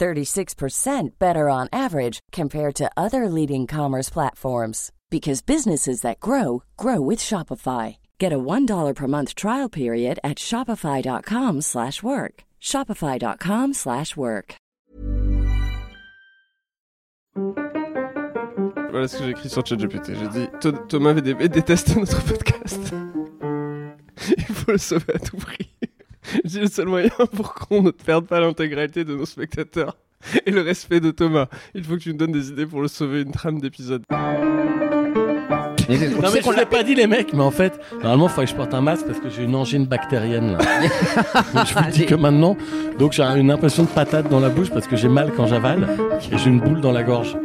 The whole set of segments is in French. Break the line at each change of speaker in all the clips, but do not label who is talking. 36% better on average compared to other leading commerce platforms because businesses that grow grow with Shopify. Get a $1 per month trial period at shopify.com/work. slash work. shopify.com/work. slash work.
Voilà ce que j'ai écrit sur ChatGPT. J'ai dit Tho- Thomas VDB déteste notre podcast. Il faut le sauver à tout prix. J'ai le seul moyen pour qu'on ne perde pas l'intégralité de nos spectateurs et le respect de Thomas. Il faut que tu me donnes des idées pour le sauver une trame d'épisode.
Non, mais je vous l'ai pas dit, les mecs, mais en fait, normalement, il faudrait que je porte un masque parce que j'ai une angine bactérienne, là. je vous le dis que maintenant. Donc, j'ai une impression de patate dans la bouche parce que j'ai mal quand j'avale et j'ai une boule dans la gorge.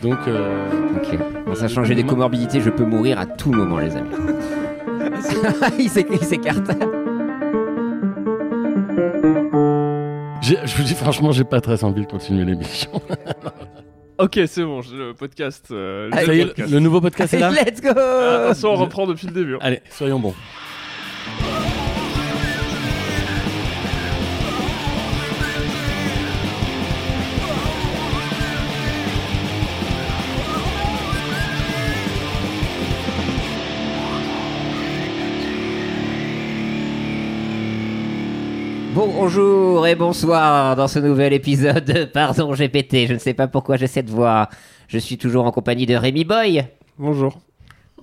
Donc, euh,
Ok. Bon, ça a changé des comorbidités, je peux mourir à tout moment, les amis. il s'é- il s'écarte.
j'ai- je vous dis franchement, j'ai pas très envie de continuer l'émission.
Ok, c'est bon, j'ai le podcast. euh,
Ah,
le
Ça y est,
podcast.
le nouveau podcast est là.
Let's go
Ah, attention, on reprend depuis le début. hein.
Allez, soyons bons.
Bonjour et bonsoir dans ce nouvel épisode de Pardon j'ai pété, je ne sais pas pourquoi j'ai cette voix. Je suis toujours en compagnie de Rémi Boy.
Bonjour.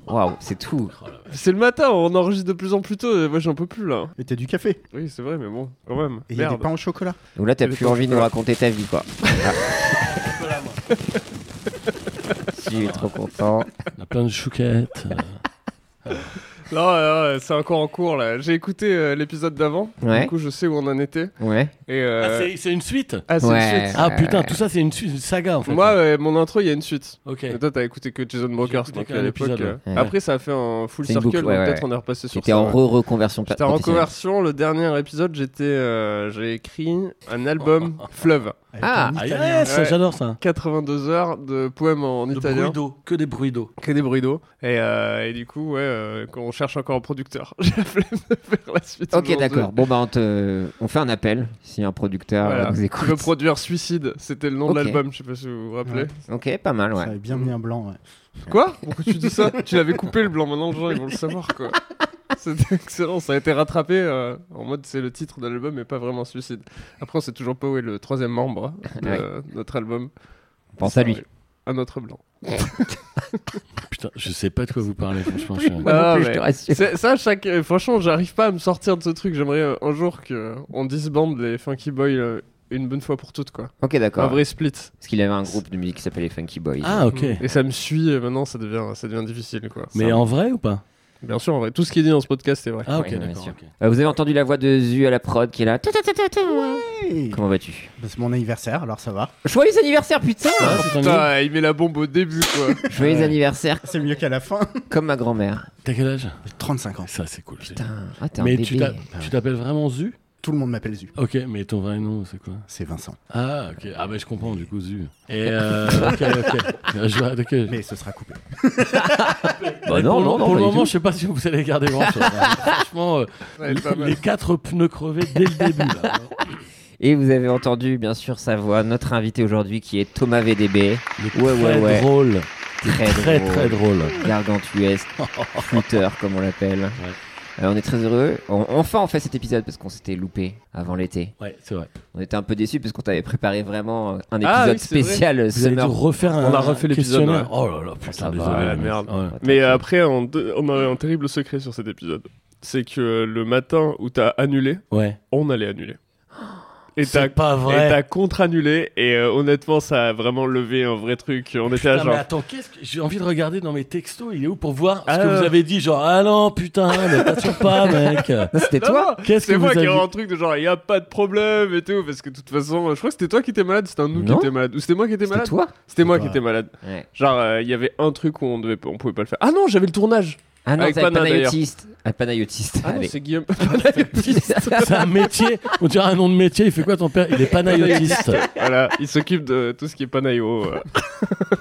Waouh, c'est tout.
C'est le matin, on enregistre de plus en plus tôt. et Moi, j'en peux plus là.
Et t'as du café.
Oui, c'est vrai, mais bon, quand même.
Et il y a des
Merde.
pains au chocolat.
Donc là, t'as
Mais
plus
attends,
envie de nous
voilà.
raconter ta vie, quoi. Ah. Je suis trop content.
On a plein de chouquettes. euh,
Non, non, c'est encore en cours là. J'ai écouté euh, l'épisode d'avant.
Ouais.
Du coup, je sais où on en était.
Ouais.
Et euh,
Ah, c'est- c'est une suite
ah, c'est une
Ouais.
suite.
Ah putain, tout ça, c'est une, suite, une saga, en fait.
Moi, euh, ouais, mon intro, il y a une suite.
Ok.
Mais toi, t'as écouté que Jason Brokers,
écouté
donc
qu'un
à l'époque.
épisode,
euh,
ouais.
Après, ça a fait un full
C'est une
circle,
boucle, ouais,
donc
ouais,
peut-être
ouais.
on est repassé sur
J'étais
ça,
en
ouais.
re-reconversion.
J'étais en conversion, le dernier épisode, j'étais, euh, j'ai écrit un album Fleuve,
Avec
Ah.
un
Ah
italien.
yes,
Ouais.
j'adore ça.
82 heures de poèmes en
Le
italien,
bruit d'eau, que des bruits d'eau.
que des bruits d'eau. Et, euh, et du coup, ouais, euh, quand on cherche encore un producteur, j'ai la flemme de faire la suite.
Ok,
aujourd'hui.
d'accord. Bon, bah, on, te... on fait un appel si un producteur
Voilà.
nous
Tu veux
écoute.
produire Suicide, c'était le nom
Ok.
de l'album, je sais pas si vous vous rappelez.
Ok, pas mal,
Ça
ouais.
avait bien mis un blanc. ouais.
Quoi Pourquoi tu dis ça Tu l'avais coupé le blanc, maintenant les gens ils vont le savoir quoi. C'était excellent, ça a été rattrapé euh, en mode c'est le titre de l'album mais pas vraiment Suicide. Après on sait toujours pas où est le troisième membre de
Ouais.
euh, notre album.
Pense à lui.
Un autre blanc.
Putain, je sais pas de quoi vous parlez, franchement. je suis-
Moi non
Ah,
plus, je
mais
te rassure.
C'est- Ça, chaque... euh, franchement, j'arrive pas à me sortir de ce truc. J'aimerais euh, un jour qu'on disbande les Funky Boys euh, une bonne fois pour toutes quoi.
Ok,
Un
d'accord.
vrai split.
Parce qu'il avait un groupe de musique qui s'appelait les Funky Boys.
Ah, ok.
Et ça me suit et maintenant ça devient, ça devient difficile quoi.
Mais
Ça-
en vrai ou pas
Bien sûr, en vrai, tout ce qui est dit dans ce podcast c'est vrai.
Ah, ok,
Ouais, bien
d'accord.
sûr.
ok.
Euh, vous avez entendu la voix de Zu à la prod qui est là. Ta, ta, ta, ta, ta.
Hey.
Comment vas-tu
Bah, C'est mon anniversaire, alors ça va.
Joyeux anniversaire, putain
Ah, c'est ton ami.
Putain, il met la bombe au début quoi.
Joyeux
Ouais.
anniversaire,
C'est mieux qu'à la fin.
comme ma grand-mère.
T'as quel âge
35 ans.
Ça, c'est cool.
Putain, ah, t'es un
Mais
bébé.
tu t'a- tu t'appelles vraiment Zu
Tout le monde m'appelle Zu.
Ok, mais ton vrai nom, c'est quoi
C'est Vincent.
Ah, ok. Ah, bah, je comprends, du coup, Zu. Et euh, Ok, ok. Euh, je vois- ok.
Mais ce sera coupé.
Bah
Mais
non,
pour
non,
le, pour
non, pas
le
du
moment,
tout.
je sais pas si vous allez garder grand chose. Franchement, euh,
Ouais, pas mal.
les quatre pneus crevés dès le début. Là. hein.
Et vous avez entendu, bien sûr, sa voix, notre invité aujourd'hui qui est Thomas VDB.
Mais
Ouais, ouais,
très
ouais.
drôle.
Très,
Très,
drôle.
très drôle.
gargantuesque, flûteur comme on l'appelle. Euh, on est très heureux. On- enfin, on fait cet épisode parce qu'on s'était loupé avant l'été.
Ouais, c'est vrai.
On était un peu déçus parce qu'on t'avait préparé vraiment euh, un épisode
Ah, oui, c'est vrai.
spécial euh,
Vous allez dû
summer.
refaire un
On a refait l'épisode,
questionnaire.
ouais.
Oh là là, putain,
Ça va,
désolé.
la merde.
Ouais.
Mais euh, après, on, de- on a un terrible secret sur cet épisode. C'est que euh, le matin où t'as annulé,
Ouais.
on allait annuler. Et
C'est
t'as
pas vrai.
et t'as contre-annulé. Et euh, honnêtement, ça a vraiment levé un vrai truc. On était à
Putain, mais
Ah, genre.
attends, qu'est-ce que j'ai envie de regarder dans mes textos Il est où pour voir ce
Ah,
que vous
euh.
avez dit Genre ah non putain, mais t'as toujours pas mec.
Non, c'était
Non,
toi
non,
Qu'est-ce
C'est
que
moi
vous
qui ai
aviez-
un truc de genre, il n'y a pas de problème et tout, parce que de toute façon, je crois que c'était toi qui étais malade, c'était un de nous
Non.
qui était malade, ou c'était moi qui étais
C'était
malade
toi
C'était moi
Toi.
qui étais malade.
Ouais.
Genre, euh, il y avait un truc où on devait, on pouvait pas le faire. Ah non, j'avais le tournage.
Ah non,
Avec
t'avais un
Panin, d'ailleurs.
panayoutiste. Un panayoutiste.
Ah non,
Allez.
c'est Guillaume.
C'est un métier. On dirait un nom de métier. Il fait quoi ton père Il est panayotiste.
voilà, il s'occupe de tout ce qui est panayo. euh.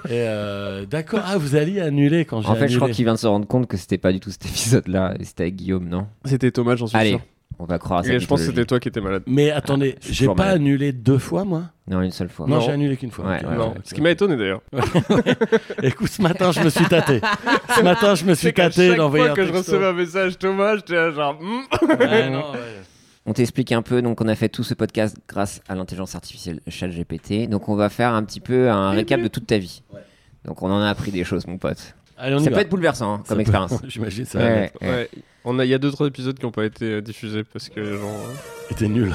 Et, euh, D'accord. Ah, vous alliez annuler quand j'ai
En fait,
annulé.
je crois qu'il vient de se rendre compte que c'était pas du tout cet épisode-là. et C'était avec Guillaume, non
C'était Thomas, j'en suis
Allez,
sûr.
on va croire à Ah, cette
Et je pense que
mythologie.
c'était toi qui étais malade.
Mais attendez,
je suis
j'ai
toujours
pas
malade.
annulé deux fois moi.
Non, une seule fois.
Non,
Non.
j'ai annulé qu'une fois.
Ouais,
Ok,
ouais,
Non.
ok.
Ce qui m'a étonné d'ailleurs.
Écoute, ce matin, je me suis tâté. Ce matin, je me suis
C'est qu'à
tâté
chaque
d'envoyer
fois
un
que je
texto.
recevais un message Thomas, j'étais là genre. hmm.
Ouais, non, ouais.
On t'explique un peu, donc on a fait tout ce podcast grâce à l'intelligence artificielle ChatGPT. Donc on va faire un petit peu un récap de toute ta vie. Donc on en a appris des choses, mon pote.
Allez, on y
ça
va.
peut être bouleversant hein,
Ça
comme
peut-
expérience.
J'imagine ça. va
Ouais,
être-
ouais.
Ouais. On a, il y a deux trois épisodes qui n'ont pas été euh, diffusés parce que genre. euh,
C'était nul.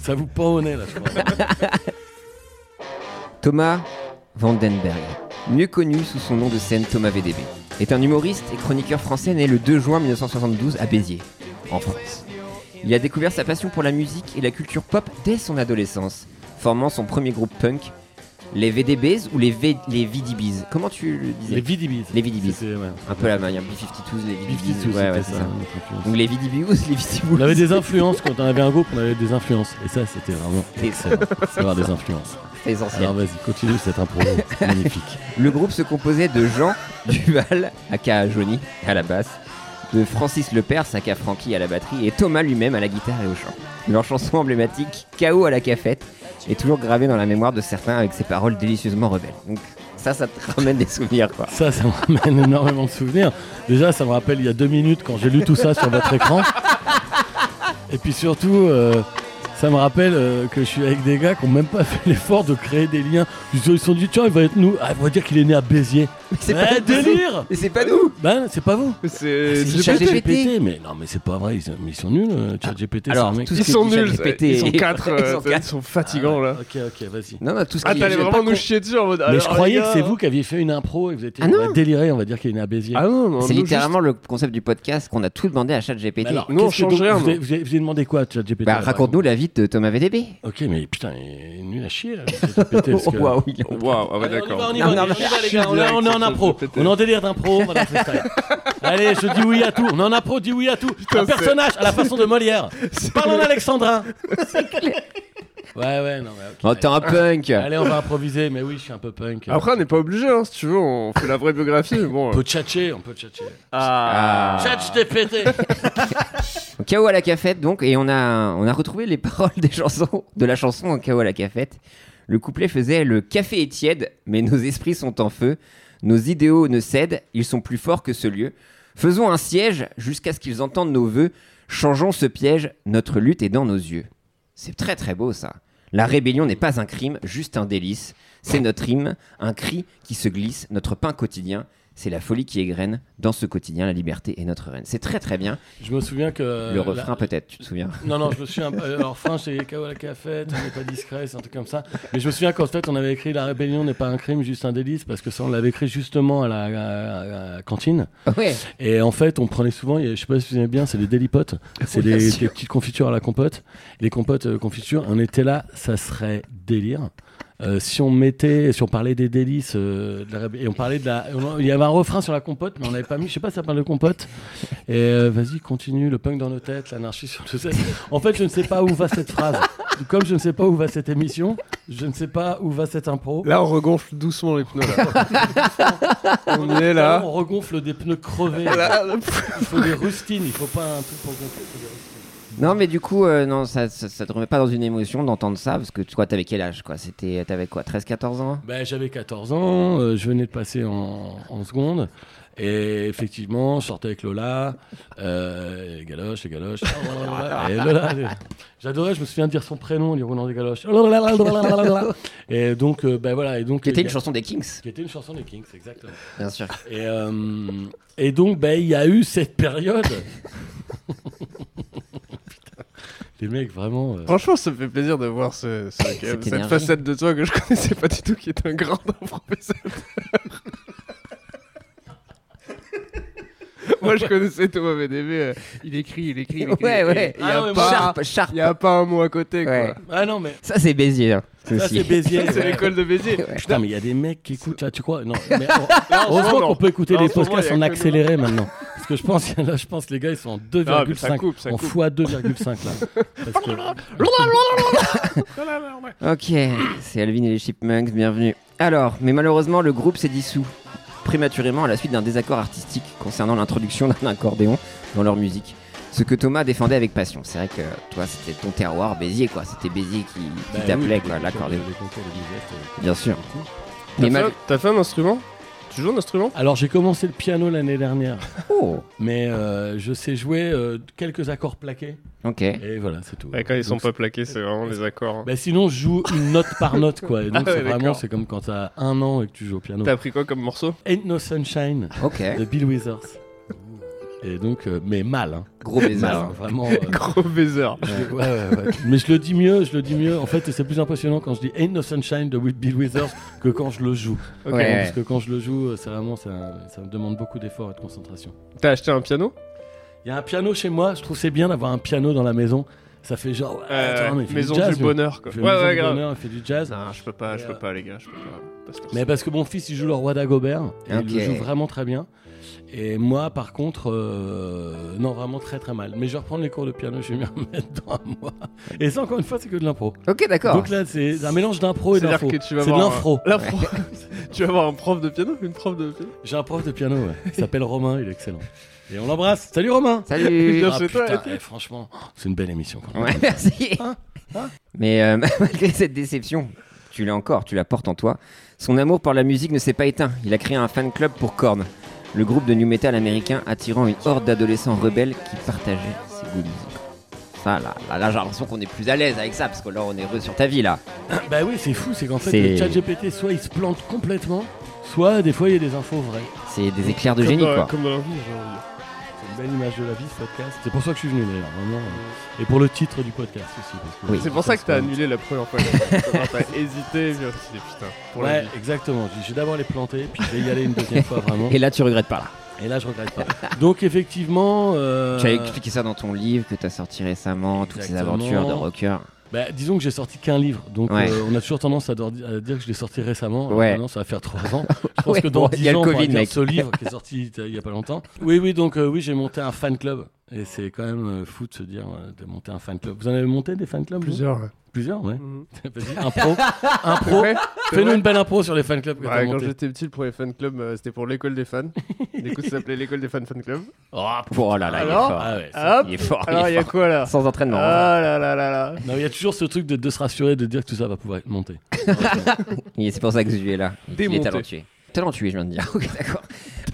ça vous pend au nez, là, je crois.
Thomas Vandenberg, mieux connu sous son nom de scène Thomas VDB, est un humoriste et chroniqueur français né le 2 juin 1972 à Béziers, en France. Il a découvert sa passion pour la musique et la culture pop dès son adolescence, formant son premier groupe punk, les VDBs ou les, v les VDBs. Comment tu le disais
Les Vidibis.
Les Vidibis.
C'était, ouais.
Un peu la manière B52s, les
Big
VDBs.
Bisous,
ouais, ouais,
c'était
c'est
ça,
ça.
notre influence.
Donc les VDBs, les
On avait
VDBs.
des influences, quand on avait un groupe, on avait des influences. Et ça, c'était vraiment
C'est
excellent. Avoir des influences.
C'est essentiel.
Alors vas-y, continue cette impro magnifique.
Le groupe se composait de Jean Duval, aka Johnny, à la basse, de Francis Lepers, aka Frankie à la batterie, et Thomas lui-même à la guitare et au chant. Leur chanson emblématique, KO à la cafette, est toujours gravée dans la mémoire de certains avec ses paroles délicieusement rebelles. Donc ça, ça te ramène des souvenirs, quoi.
Ça, ça me ramène énormément de souvenirs. Déjà, ça me rappelle il y a deux minutes quand j'ai lu tout ça sur votre écran. Et puis surtout, euh, ça me rappelle euh, que je suis avec des gars qui n'ont même pas fait l'effort de créer des liens. Ils se sont dit, tiens, il va être nous. Ah, on va dire qu'il est né à Béziers.
Mais c'est
Eh, délire
Mais c'est pas nous
Ben, c'est pas vous.
C'est.
c'est ChatGPT.
GPT. Mais non, mais c'est pas vrai. Ils, mais ils sont nuls, euh, ChatGPT. c'est
Alors,
un mec.
tout ce
Ils
qui
sont
est
nuls.
ChatGPT.
Ils sont quatre.
Ils
euh,
sont quatre.
Ils sont fatigants là.
Ok, ok, vas-y.
Non, non, tout ce
Ah,
qui
t'allais
est...
vraiment nous chier dessus en mode.
Mais
alors,
je croyais
les
que
gars-
c'est vous qui aviez fait une impro et vous étiez
Ah non.
on va délirer, on va dire qu'il est né à Béziers.
Ah non, non,
C'est
nous,
littéralement le concept du podcast qu'on a tout demandé à
Mais
ChatGPT.
alors,
Nous, on
qu'est-ce que
change
donc-
rien,
Vous avez,
nous.
vous avez- vous avez demandé quoi à ChatGPT
Bah,
là,
raconte-nous la vie de Thomas VDB.
Ok, mais putain, il est nul à chier. là, le ChatGPT, parce que-
Oh, Waouh, il-
juste- Waouh, ah ouais,
Allez,
d'accord.
On y va, on y va, on
Non,
y
non,
va, les gars. On est- on est en impro.
ChatGPT.
On est en délire d'impro, madame Freestyle. Allez, je dis oui à tout. On est en impro, dis oui à tout. Un
c'est-
personnage à la façon de Molière. Parlons d'Alexandrin. Ouais, ouais, non, mais ok.
Oh, t'es un punk
Allez, on va improviser. Mais oui, je suis un peu punk.
Après, on n'est pas obligé, hein, si tu veux, on fait la vraie biographie. mais Bon, euh.
On peut tchatcher, on peut tchatcher.
Ah.
ChatGPT.
KO à la cafette donc et on a on a retrouvé les paroles des chansons de la chanson en KO à la cafette. Le couplet faisait le café est tiède mais nos esprits sont en feu, nos idéaux ne cèdent, ils sont plus forts que ce lieu. Faisons un siège jusqu'à ce qu'ils entendent nos vœux, changeons ce piège, notre lutte est dans nos yeux. C'est très très beau ça. La rébellion n'est pas un crime, juste un délice. C'est notre hymne, un cri qui se glisse, notre pain quotidien. C'est la folie qui égrène. Dans ce quotidien, la liberté est notre reine. C'est très très bien.
Je me souviens que.
Le
la-
refrain peut-être, tu te souviens
Non, non, je me souviens. euh, Alors, fin, c'est KO à la cafette, E on n'est pas discret, c'est un truc comme ça. Mais je me souviens qu'en fait, on avait écrit La rébellion n'est pas un crime, juste un délice, parce que ça, on l'avait écrit justement à la, à la- à la cantine.
Ouais.
Et en fait, on prenait souvent, il y a- je sais pas si vous aimez bien, c'est les délipotes. C'est
Oui, bien
les,
sûr.
les petites confitures à la compote. Les compotes, euh, confitures. On était là, ça serait délire. Euh, si on mettait, si on parlait des délices, euh, de la rébellion- et on parlait de la, on- il y avait un refrain sur la compote, mais on n'avait pas mis, je sais pas, si ça parle de compote. Et euh, vas-y, continue, le punk dans nos têtes, l'anarchie sur nos têtes. En fait, je ne sais pas où va cette phrase. Comme je ne sais pas où va cette émission, je ne sais pas où va cette impro.
Là, on regonfle doucement les pneus. Là. on y est là.
On regonfle des pneus crevés.
Là, là.
Il faut des rustines, il faut pas un truc pour gonfler. il faut des rustines.
Non, mais du coup, euh, non, ça, ça, ça te remet pas dans une émotion d'entendre ça, parce que toi, t'avais quel âge, quoi C'était, t'avais quoi, 13-14 ans
Ben, j'avais 14 ans, euh, je venais de passer en, en seconde. Et effectivement, je sortais avec Lola, euh, et galoche, et galoche, oh là là là, et Lola. euh, J'adorais, je me souviens de dire son prénom en lui roulant des galoches. Oh là là là là là là là là. Et donc, euh, ben voilà. Et donc,
Qui était
euh, il
une
y a-
chanson des Kings,
qui était une chanson des Kings, exactement.
bien sûr.
Et, euh, et donc, ben, il y a eu cette période. Putain. Les mecs, vraiment. euh,
Franchement, ça me fait plaisir de voir ce- ce- cette
énergie.
facette de toi que je connaissais pas du tout, qui est un grand improvisateur. Moi, je connaissais Thomas VDB. euh, il écrit, il écrit, il écrit.
Ouais,
il écrit.
ouais.
Il n'y a,
Ah ouais,
pas-
Sharp, sharp.
il y a pas un mot à côté,
Ouais.
quoi.
Ah non, mais.
Ça, c'est Béziers. hein,
Ça,
ceci.
c'est Béziers.
C'est l'école de Béziers.
Putain, mais il y a des mecs qui écoutent là, tu crois Non, mais
en ce
heureusement
moment,
qu'on peut écouter
non, en
les
ce moment,
podcasts
il y a
en
que nous.
accéléré maintenant. Ah, Parce que je pense, là, je pense que les gars, ils sont en
Non, mais ça
2,5.
coupe, ça
en
coupe.
fois 2,5 là. Parce que- bah
Ok, c'est Alvin et les Chipmunks, bienvenue. Alors, mais malheureusement, le groupe s'est dissous prématurément à la suite d'un désaccord artistique concernant l'introduction d'un accordéon dans leur musique. Ce que Thomas défendait avec passion. C'est vrai que toi, c'était ton terroir, Béziers, quoi. C'était Béziers qui, qui
Bah oui,
t'appelait,
les
quoi,
concours,
l'accordéon.
les concours de musette, euh,
Bien sûr.
du coup.
Mais
T'as
mal...
fait- t'as fait un instrument Tu joues un instrument
Alors, j'ai commencé le piano l'année dernière,
Oh,
mais euh, je sais jouer euh, quelques accords plaqués.
ok.
Et voilà, c'est tout.
Ouais, quand ils sont
Donc,
pas plaqués, c'est vraiment les accords. hein.
Bah, sinon, je joue une note par note, quoi. Et
Ah
donc,
ouais,
c'est vraiment,
d'accord.
c'est comme quand t'as un an et que tu joues au piano.
T'as pris quoi comme morceau
Ain't No Sunshine
Ok.
de Bill Withers. Et donc, euh, mais mal, hein.
Gros baiser.
Mal, hein, vraiment. euh,
Gros baiser.
ouais, ouais, ouais. Mais je le dis mieux, je le dis mieux. En fait, c'est plus impressionnant quand je dis Ain't No Sunshine de With Bill Withers que quand je le joue.
Ok.
Ouais.
Parce que quand je le joue, euh, c'est vraiment, ça, ça me demande beaucoup d'efforts et de concentration.
T'as acheté un piano
Il y a un piano chez moi, je trouve c'est bien d'avoir un piano dans la maison. Ça fait genre. ouais,
Euh,
attends, mais il fait
Maison
du jazz,
du
lui.
bonheur,
Il
quoi.
fait
Ouais,
maison
ouais,
du
grave.
bonheur, il fait du jazz.
Non, je peux pas, je
Et,
peux
euh,
pas, les gars, je peux pas. Pas se faire
Mais parce que mon fils, il joue le roi d'Agobert. Et Il le
Ok.
joue vraiment très bien. Et moi, par contre, euh, non, vraiment très très mal. Mais je vais reprendre les cours de piano, je vais m'y remettre dans un mois. Et ça, encore une fois, c'est que de l'impro.
Ok, d'accord.
Donc là, c'est un mélange d'impro et
C'est-à-dire
d'info.
que tu vas
C'est de
voir hein. un-
l'infro.
L'impro. tu vas avoir un prof de piano Une prof de piano
J'ai un prof de piano, ouais. Il s'appelle Romain, il est excellent. Et on l'embrasse. Salut Romain
Salut.
Bien sûr, c'est toi,
putain,
Étienne.
eh, franchement, c'est une belle émission. quoi.
Ouais, merci.
Hein Hein
Mais euh, malgré cette déception, tu l'as encore, tu la portes en toi. Son amour pour la musique ne s'est pas éteint. Il a créé un fan club pour Korn, le groupe de new metal américain attirant une horde d'adolescents rebelles qui partageaient ses goûts musicaux. Ça, là, là, là, j'ai l'impression qu'on est plus à l'aise avec ça, parce que là, on est heureux sur ta vie, là.
Bah oui, c'est fou, c'est qu'en fait,
C'est-
le chat GPT, soit il se plante complètement, soit des fois, il y a des infos vraies.
C'est des éclairs de
Comme
génie,
dans-
quoi.
Comme dans la vie, j'ai envie de dire.
C'est une belle image de la vie ce podcast. C'est pour ça que je suis venu d'ailleurs, vraiment. euh, Et pour le titre du podcast aussi. parce que-
Oui.
C'est pour ça que t'as
se-
annulé la première fois. Genre, T'as hésité, puis tu t'es dit, putain. Pour la
Ouais,
vie.
exactement. J'ai- J'ai d'abord les planter, puis je vais y aller une deuxième fois vraiment.
Et là, tu regrettes pas, là.
Et là, je regrette pas. Donc effectivement, euh,
Tu as expliqué ça dans ton livre que t'as sorti récemment, toutes ces
Exactement.
aventures de rocker.
bah, disons que j'ai sorti qu'un livre, donc
Ouais.
euh, on a toujours tendance à, dor- à dire que je l'ai sorti récemment.
Ouais.
Non, ça va faire trois ans. Je pense
Ouais,
que dans
bon,
dix
il y a le
ans, on pourra
Covid,
dire
mec.
ce livre qui est sorti il y a pas longtemps. Oui, oui. Donc euh, oui, j'ai monté un fan club. Et c'est quand même euh, fou de se dire euh, de monter un fan club. Vous en avez monté des fan clubs vous
Plusieurs.
Plusieurs, ouais.
Mhm.
Vas-y, impro, impro.
Ouais,
Fais-nous une belle impro sur les fan clubs que t'as
Ouais, quand
montés.
j'étais petit, le premier fan club, euh, c'était pour l'école des fans. Du coup, ça s'appelait l'école des fans fan club.
Oh, p-
Oh là là,
Alors
ah ouais, ça-
Hop
il est fort. Il est fort,
Alors,
il
il
est
y a
fort.
quoi là
Sans entraînement. hein.
Ah là là là là.
Non, il y a toujours ce truc de, de se rassurer, de dire que tout ça va pouvoir être monté.
Et c'est pour ça que Zuzu est là. Et qu'il
Démonté.
est talentueux. Talentueux, je viens de dire. ok, d'accord.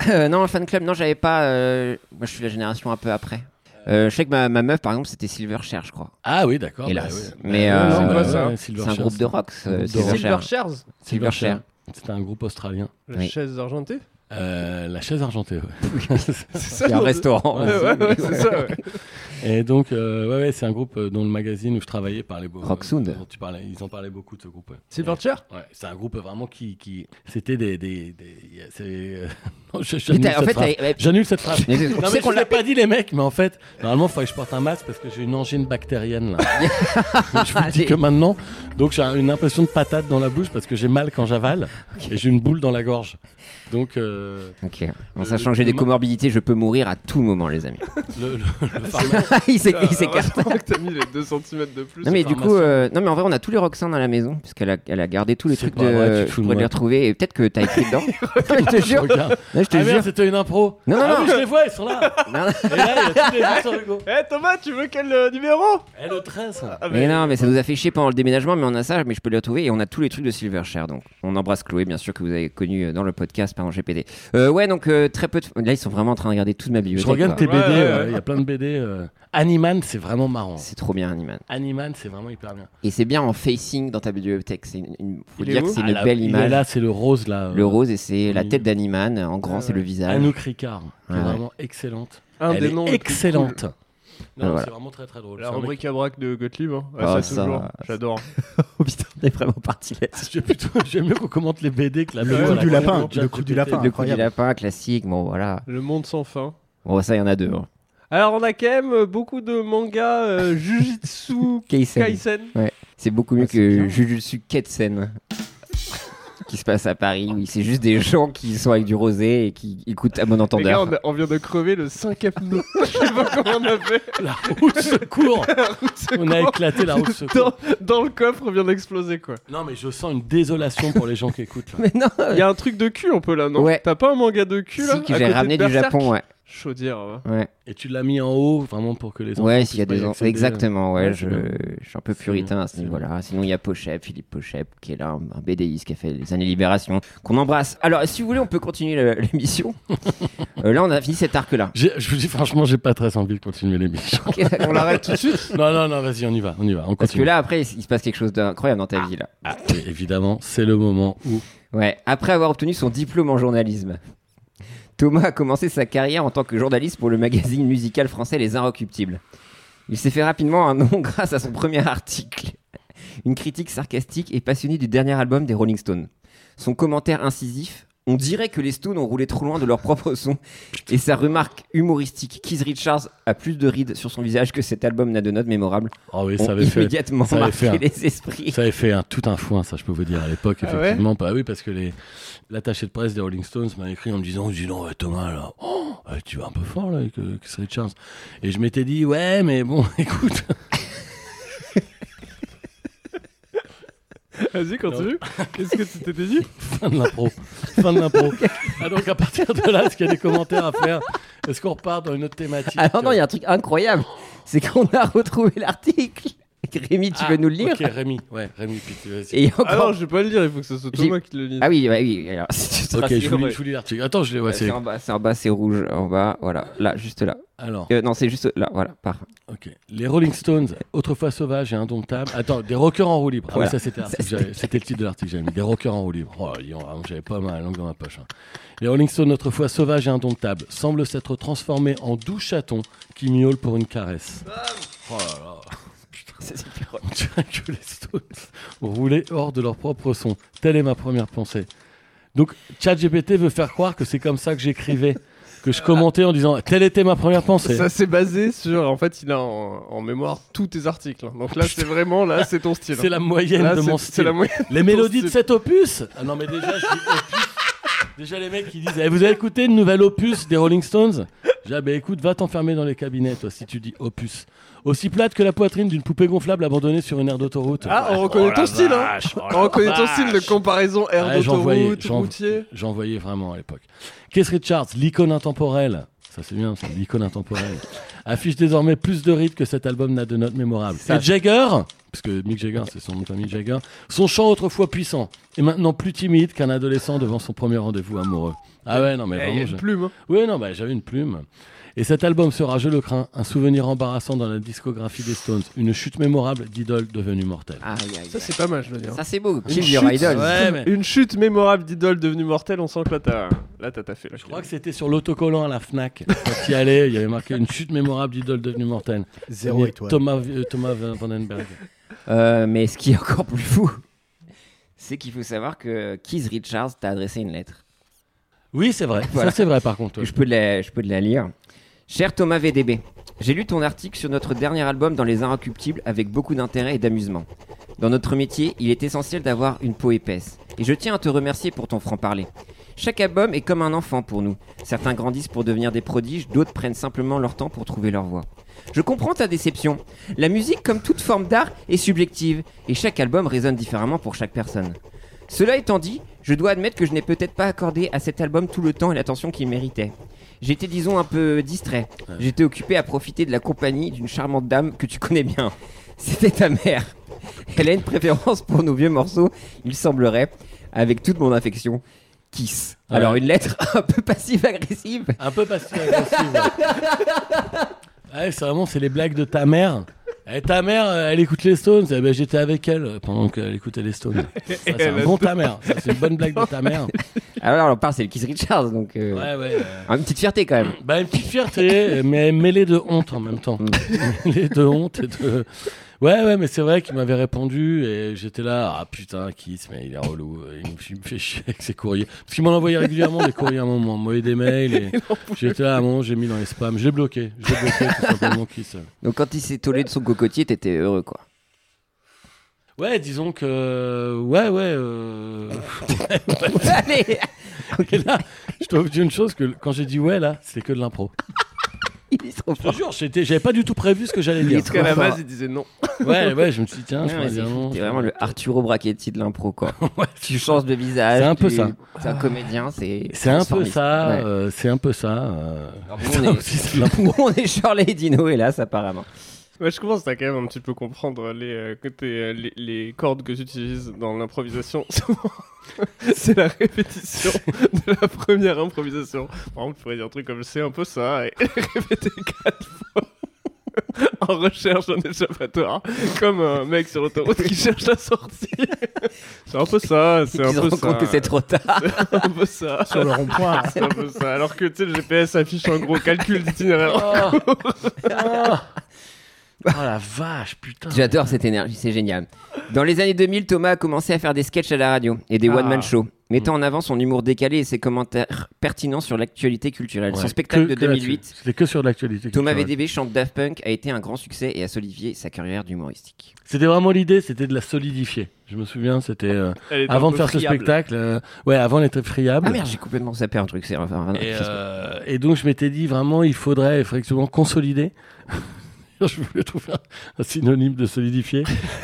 Euh, non, le fan club, non, j'avais pas. euh, Moi, je suis la génération un peu après. Euh, je sais que ma, ma meuf, par exemple, c'était Silver Cher, je crois.
Ah oui, d'accord.
Hélas.
bah oui.
Mais,
Bah,
euh,
ouais,
c'est quoi, ça
ouais, Silver
C'est un
Chair,
groupe de rock, ce-
un groupe de
Silver
rock.
Cher.
Shares
Silver
Silver
Chair.
Chair.
C'était un groupe australien.
La
Oui.
chaise argentée
Euh, la chaise argentée, ouais.
C'est ça
C'est un
le-
restaurant.
Ouais, ouais, ouais, c'est ça, ouais.
Et donc, euh, ouais, ouais, c'est un groupe euh, dont le magazine où je travaillais parlait beaucoup. euh,
Rock Sound.
dont tu parlais, ils en parlaient beaucoup de ce groupe. ouais.
Silverchair
Ouais, c'est un groupe vraiment qui. qui... C'était des. des, des- c'est, euh, non, je-
Mais
j'annule
t'as-
cette
en fait,
phrase.
t'as-
J'annule cette phrase.
Mais- tu
Non,
sais
mais
qu'on
je
l'a-
l'ai pas dit les mecs, mais en fait, normalement, il faudrait que je porte un masque parce que j'ai une angine bactérienne là. je vous le dis que maintenant, donc j'ai une impression de patate dans la bouche parce que j'ai mal quand j'avale et j'ai une boule dans la gorge. Donc euh,
Ok. En
Euh,
sachant que j'ai des
comment-
comorbidités, je peux mourir à tout moment, les amis.
le, le- le pharma-
il s'é- il
Ah,
Heureusement
s'écarte.
que t'as mis les 2 cm de plus.
Non mais du
pharmacien.
coup, euh, non mais en vrai, on a tous les Roxanne à la maison puisqu'elle a, elle a gardé tous les
C'est
trucs
pas
de. euh,
vrai, tu te
je
fous de
pourrais
moi.
les retrouver et peut-être que t'as écrit dedans. je te jure.
Regarde.
Non, je te
Ah
jure.
merde, c'était une impro.
Non, non,
ah
non.
oui, je les vois, ils sont là.
Non, non.
Et là, il y a tous les Victor Hugo.
Eh Thomas, tu veux quel euh, numéro
Et Eh, le 13. là.
Ah,
Mais non, mais ça nous a fait chier pendant le déménagement, mais on a ça, mais je peux les retrouver et on a tous les trucs de Silverchair. Donc, on embrasse Chloé, bien sûr, que vous avez connu euh, dans le podcast par GPD. Euh, ouais, donc euh, très peu de. Là, ils sont vraiment en train de regarder toute ma
Je
bibliothèque.
regarde tes
quoi.
Ouais,
BD,
ouais,
euh, il
ouais.
y a plein de BD. euh. Animan, c'est vraiment marrant.
C'est trop bien, Animan.
Animan, c'est vraiment hyper bien.
Et c'est bien en facing dans ta bibliothèque. C'est une, une- faut
Il est
dire que
où
c'est
Ah,
une
là,
belle
il est
image.
Là, c'est le rose là. euh,
Le rose et c'est la
Oui.
tête d'Animan. En grand,
Ah,
Ouais,
c'est le
ouais.
visage.
Anouk Ricard, qui est
Ouais, ouais.
vraiment excellente.
Un
Elle
des
est
noms les plus
excellente. Non,
voilà.
c'est vraiment très très drôle.
La
C'est un mec-
rubrique à braque de Gottlieb, hein. Ouais, ça,
Ah, ça-
toujours. J'adore.
Oh putain, on est vraiment parti là.
J'aime plutôt- j'aime mieux qu'on commente les BD que la
Le
BD,
coup
la
du lapin,
commande,
le
chat
coup du
GPT.
lapin.
Le coup du
Incroyable.
lapin classique, bon voilà.
Le monde sans fin.
Bon, ça, il y en a deux. hein.
Alors, on a quand même euh, beaucoup de mangas euh, Jujutsu
Kaisen.
Kaisen.
C'est beaucoup mieux
Ah, c'est
que
bien.
Jujutsu Kaisen. qui se passe à Paris, oui. C'est juste des gens qui sont avec du rosé et qui écoutent à bon
Les gars, on,
entendeur.
a- on vient de crever le 5 apneau. Je sais pas comment on a fait.
La roue de secours On a éclaté la roue de secours.
Dans, dans le coffre, on vient d'exploser, quoi.
Non, mais je sens une désolation pour les gens qui écoutent. là.
Mais non
Il y a un truc de cul, un peu, là, non
Ouais.
T'as pas un manga de cul, là
Si, que
à
j'ai
côté
ramené
de
du
Berserk
Japon, ouais.
Chaudière, hein. ouais.
Ouais,
Et tu l'as mis en haut, vraiment pour que les enfants.
ouais s'il y a
puissent
des
pas y
enfants.
accéder. euh.
Exactement, ouais,
Ouais, c'est
je,
bien.
je suis un peu
C'est
puritain
bien,
à ce
c'est
niveau-là. Sinon, il y a Pochep, Philippe Pochep, qui est là, un un BDiste qui a fait les années Libération, qu'on embrasse. Alors, si vous voulez, on peut continuer la- l'émission. Euh, là, on a fini cet arc-là.
J'ai- Je vous dis franchement, j'ai pas très envie de continuer l'émission.
Ok, d'accord.
On l'arrête tout de suite
non, non, non, vas-y, on y va, on y va, on
Parce que
continue.
là, après, il se passe quelque chose d'incroyable dans ta vie, là.
Ah, oui, évidemment, c'est le moment où.
Ouais, après avoir obtenu son diplôme en journalisme, Thomas a commencé sa carrière en tant que journaliste pour le magazine musical français Les Inrecuptibles. Il s'est fait rapidement un nom grâce à son premier article, une critique sarcastique et passionnée du dernier album des Rolling Stones. Son commentaire incisif On dirait que les Stones ont roulé trop loin de leur propre son, et sa remarque humoristique Keith Richards a plus de rides sur son visage que cet album n'a de notes mémorables
Oh oui, ça
ont
avait fait.
immédiatement
ça avait fait
marqué
un-
les esprits.
Ça avait fait un, tout un foin, ça je peux vous dire à l'époque,
Ah ouais
effectivement. Bah oui, parce que les- l'attaché de presse des Rolling Stones m'a écrit en me disant, dis donc, ouais, Thomas, là, oh, ouais, tu vas un peu fort, là, avec euh, Keith Richards. Et je m'étais dit, ouais, mais bon, écoute,
Vas-y, continue. Qu'est-ce que tu t'étais dit
fin de l'impro. fin de l'impro. Ah, donc à partir de là, est-ce qu'il y a des commentaires à faire Est-ce qu'on repart dans une autre thématique
Alors Ah non, il y a un truc incroyable, c'est qu'on a retrouvé l'article. Rémi, tu
Ah,
veux nous le lire
Ok, Rémi, ouais, Rémi, puis tu vas-y.
Et il y a
Ah non,
encore...
je vais pas le dire, il faut que ce soit
J'ai-
Thomas qui le lise.
Ah oui, ouais, oui, alors, si tu te
Ok, je
rassures,
vous lis,
ouais.
je vous lis l'article. Attends, je l'ai,
bah,
ouais, c'est.
C'est en bas, c'est en bas, c'est rouge, en bas, voilà, là, juste là.
Alors.
Euh, non, c'est juste là, voilà, par.
Ok. Les Rolling Stones, autrefois sauvages et indomptables. Attends, des rockers en roue libre. Ah oui,
Voilà.
ça c'était l'article que j'avais- c'était le titre de l'article que j'avais mis. Des rockers en roue libre. Oh, Lyon, vraiment, j'avais pas mal la langue dans ma poche. hein. Les Rolling Stones, autrefois sauvages et indomptables, semblent s'être transformés en doux chatons qui miaulent pour une caresse. Oh là là. On dirait que les Stones roulaient hors de leur propre son. Telle est ma première pensée. Donc, ChatGPT veut faire croire que c'est comme ça que j'écrivais, que je commentais en disant telle était ma première pensée.
Ça c'est basé sur, en fait, il a en, en mémoire tous tes articles. hein. Donc là, c'est vraiment, là, c'est ton style.
C'est la moyenne
Là,
de
c'est-
mon
C'est
style.
la moyenne.
Les mélodies de
style.
cet opus Ah non, mais déjà, je dis opus. Déjà, les mecs, qui disent Eh, Vous avez écouté le nouvel opus des Rolling Stones J'ai ah, bah, écoute, va t'enfermer dans les cabinets, toi, si tu dis opus. Aussi plate que la poitrine d'une poupée gonflable abandonnée sur une aire d'autoroute.
Ah, on reconnaît ton style, hein On reconnaît ton style de comparaison air
oh Ouais, j'en voyais,
d'autoroute,
j'en-
routier.
J'en voyais vraiment à l'époque. Keith Richards, l'icône intemporelle. Ça c'est bien, c'est l'icône intemporelle. Affiche désormais plus de rythme que cet album n'a de notes mémorables.
Ça-
Et Jagger, parce que Mick Jagger, c'est son nom de famille Jagger, son chant autrefois puissant est maintenant plus timide qu'un adolescent devant son premier rendez-vous amoureux. Ah ouais, non mais
Eh, il y
vraiment.
a
je-
une plume. hein.
oui, non, bah, j'avais une plume. Et cet album sera, je le crains, un souvenir embarrassant dans la discographie des Stones, une chute mémorable d'idoles devenues mortelles.
Aïe, aïe, aïe.
Ça c'est pas mal, je veux dire.
Ça, c'est beau,
Une
Kill Your
chute.
Idol.
Ouais, mais-
Une chute mémorable d'idole devenue mortelle, on sent que là t'as, là t'as t'as fait. Là,
Je crois que c'était sur l'autocollant à la Fnac. Quand il y allait, il y avait marqué une chute mémorable d'idole devenue mortelle.
Zéro
Et
étoile.
Thomas, euh, Thomas Vandenberg.
Euh, mais ce qui est encore plus fou, c'est qu'il faut savoir que Keith Richards t'a adressé une lettre.
Oui, c'est vrai.
Voilà.
Ça, c'est vrai, par contre. ouais.
Je peux, de la, je peux de la lire. Cher Thomas VDB, j'ai lu ton article sur notre dernier album dans Les Inrecuptibles avec beaucoup d'intérêt et d'amusement. Dans notre métier, il est essentiel d'avoir une peau épaisse. Et je tiens à te remercier pour ton franc-parler. Chaque album est comme un enfant pour nous. Certains grandissent pour devenir des prodiges, d'autres prennent simplement leur temps pour trouver leur voie. Je comprends ta déception. La musique, comme toute forme d'art, est subjective, et chaque album résonne différemment pour chaque personne. Cela étant dit, je dois admettre que je n'ai peut-être pas accordé à cet album tout le temps et l'attention qu'il méritait. J'étais, disons, un peu distrait. J'étais occupé à profiter de la compagnie d'une charmante dame que tu connais bien. C'était ta mère. Elle a une préférence pour nos vieux morceaux, il semblerait, avec toute mon affection. Kiss. Alors
Ouais.
une lettre un peu passive-agressive.
Un peu passif-agressif. ouais. Ouais, c'est vraiment, c'est les blagues de ta mère. Et ta mère, euh, elle écoute les Stones. Eh ben, J'étais avec elle pendant qu'elle écoutait les Stones. Ça, c'est un bon ta mère. Ça, C'est une bonne blague de ta mère.
Alors, on parle, c'est le Keith Richards, donc. euh,
Ouais, ouais. euh,
Une petite fierté quand même.
Bah, une petite fierté, mais mêlée de honte en même
Mm.
temps. mêlée de honte et de. Ouais, ouais, mais c'est vrai qu'il m'avait répondu et j'étais là, ah putain, Kiss, mais il est relou, euh, il me, il me fait chier avec ses courriers. Parce qu'il m'en envoyait régulièrement des courriers à un moment, il m'envoyait des mails et j'étais là, à un moment, j'ai mis dans les spams, je l'ai bloqué, je l'ai bloqué tout simplement, Kiss.
Donc, quand il s'est tollé de son cocotier, t'étais heureux, quoi.
Ouais, disons que. euh, Ouais, ouais. euh,
Allez
Et là, je dois vous dire une chose que quand j'ai dit ouais, là, c'était que de l'impro.
Il est trop
Je te
fort.
jure, j'étais- j'avais pas du tout prévu ce que j'allais dire.
Parce qu'à la
trop fort.
base, il disait non.
Ouais, ouais, je me suis dit, tiens, je
Ouais,
vais
c'est
dire non.
Ah, t'es vraiment le Arturo Brachetti de l'impro, quoi.
Ouais.
tu changes de visage.
C'est un peu
tu-
ça.
T'es un comédien, c'est.
C'est un peu
transformiste.
ça,
Ouais.
euh, c'est un peu ça. euh.
Alors, nous, on est-
C'est de l'impro.
Nous, on est Charlie et Dino, hélas, apparemment.
Ouais, je commence à quand même un petit peu comprendre les, euh, côtés, euh, les, les cordes que j'utilise dans l'improvisation. Souvent, c'est la répétition de la première improvisation. Par exemple, il faudrait dire un truc comme c'est un peu ça et répéter quatre fois en recherche d'un échappatoire, comme un mec sur l'autoroute qui cherche la sortie. c'est un peu ça,
Si
c'est
tu
un
te
peu
rends
ça.
compte que c'est trop tard.
C'est un peu ça.
Sur le rond-point.
C'est un peu ça. Alors que tu sais, le GPS affiche en gros calcul d'itinéraire.
Oh, Ah. Oh la vache, putain.
J'adore cette énergie, c'est génial. Dans les années 2000, Thomas a commencé à faire des sketchs à la radio et des
Ah.
one-man shows, mettant
Mm.
en avant son humour décalé et ses commentaires pertinents sur l'actualité culturelle.
Ouais,
son spectacle
que-
de
que là-dessus.
2008,
C'était que sur l'actualité.
Thomas
culturelle.
VDB chante Daft Punk, a été un grand succès et a solidifié sa carrière d'humoristique.
C'était vraiment l'idée, c'était de la solidifier. Je me souviens, c'était euh,
Elle est un
avant de
peu
faire ce
friable.
spectacle. euh, ouais, avant d'être friable.
Ah merde, j'ai complètement zappé un truc, c'est enfin,
Et,
qu'est-ce que-
euh, et donc je m'étais dit vraiment il faudrait effectivement consolider. je voulais trouver un, un synonyme de solidifier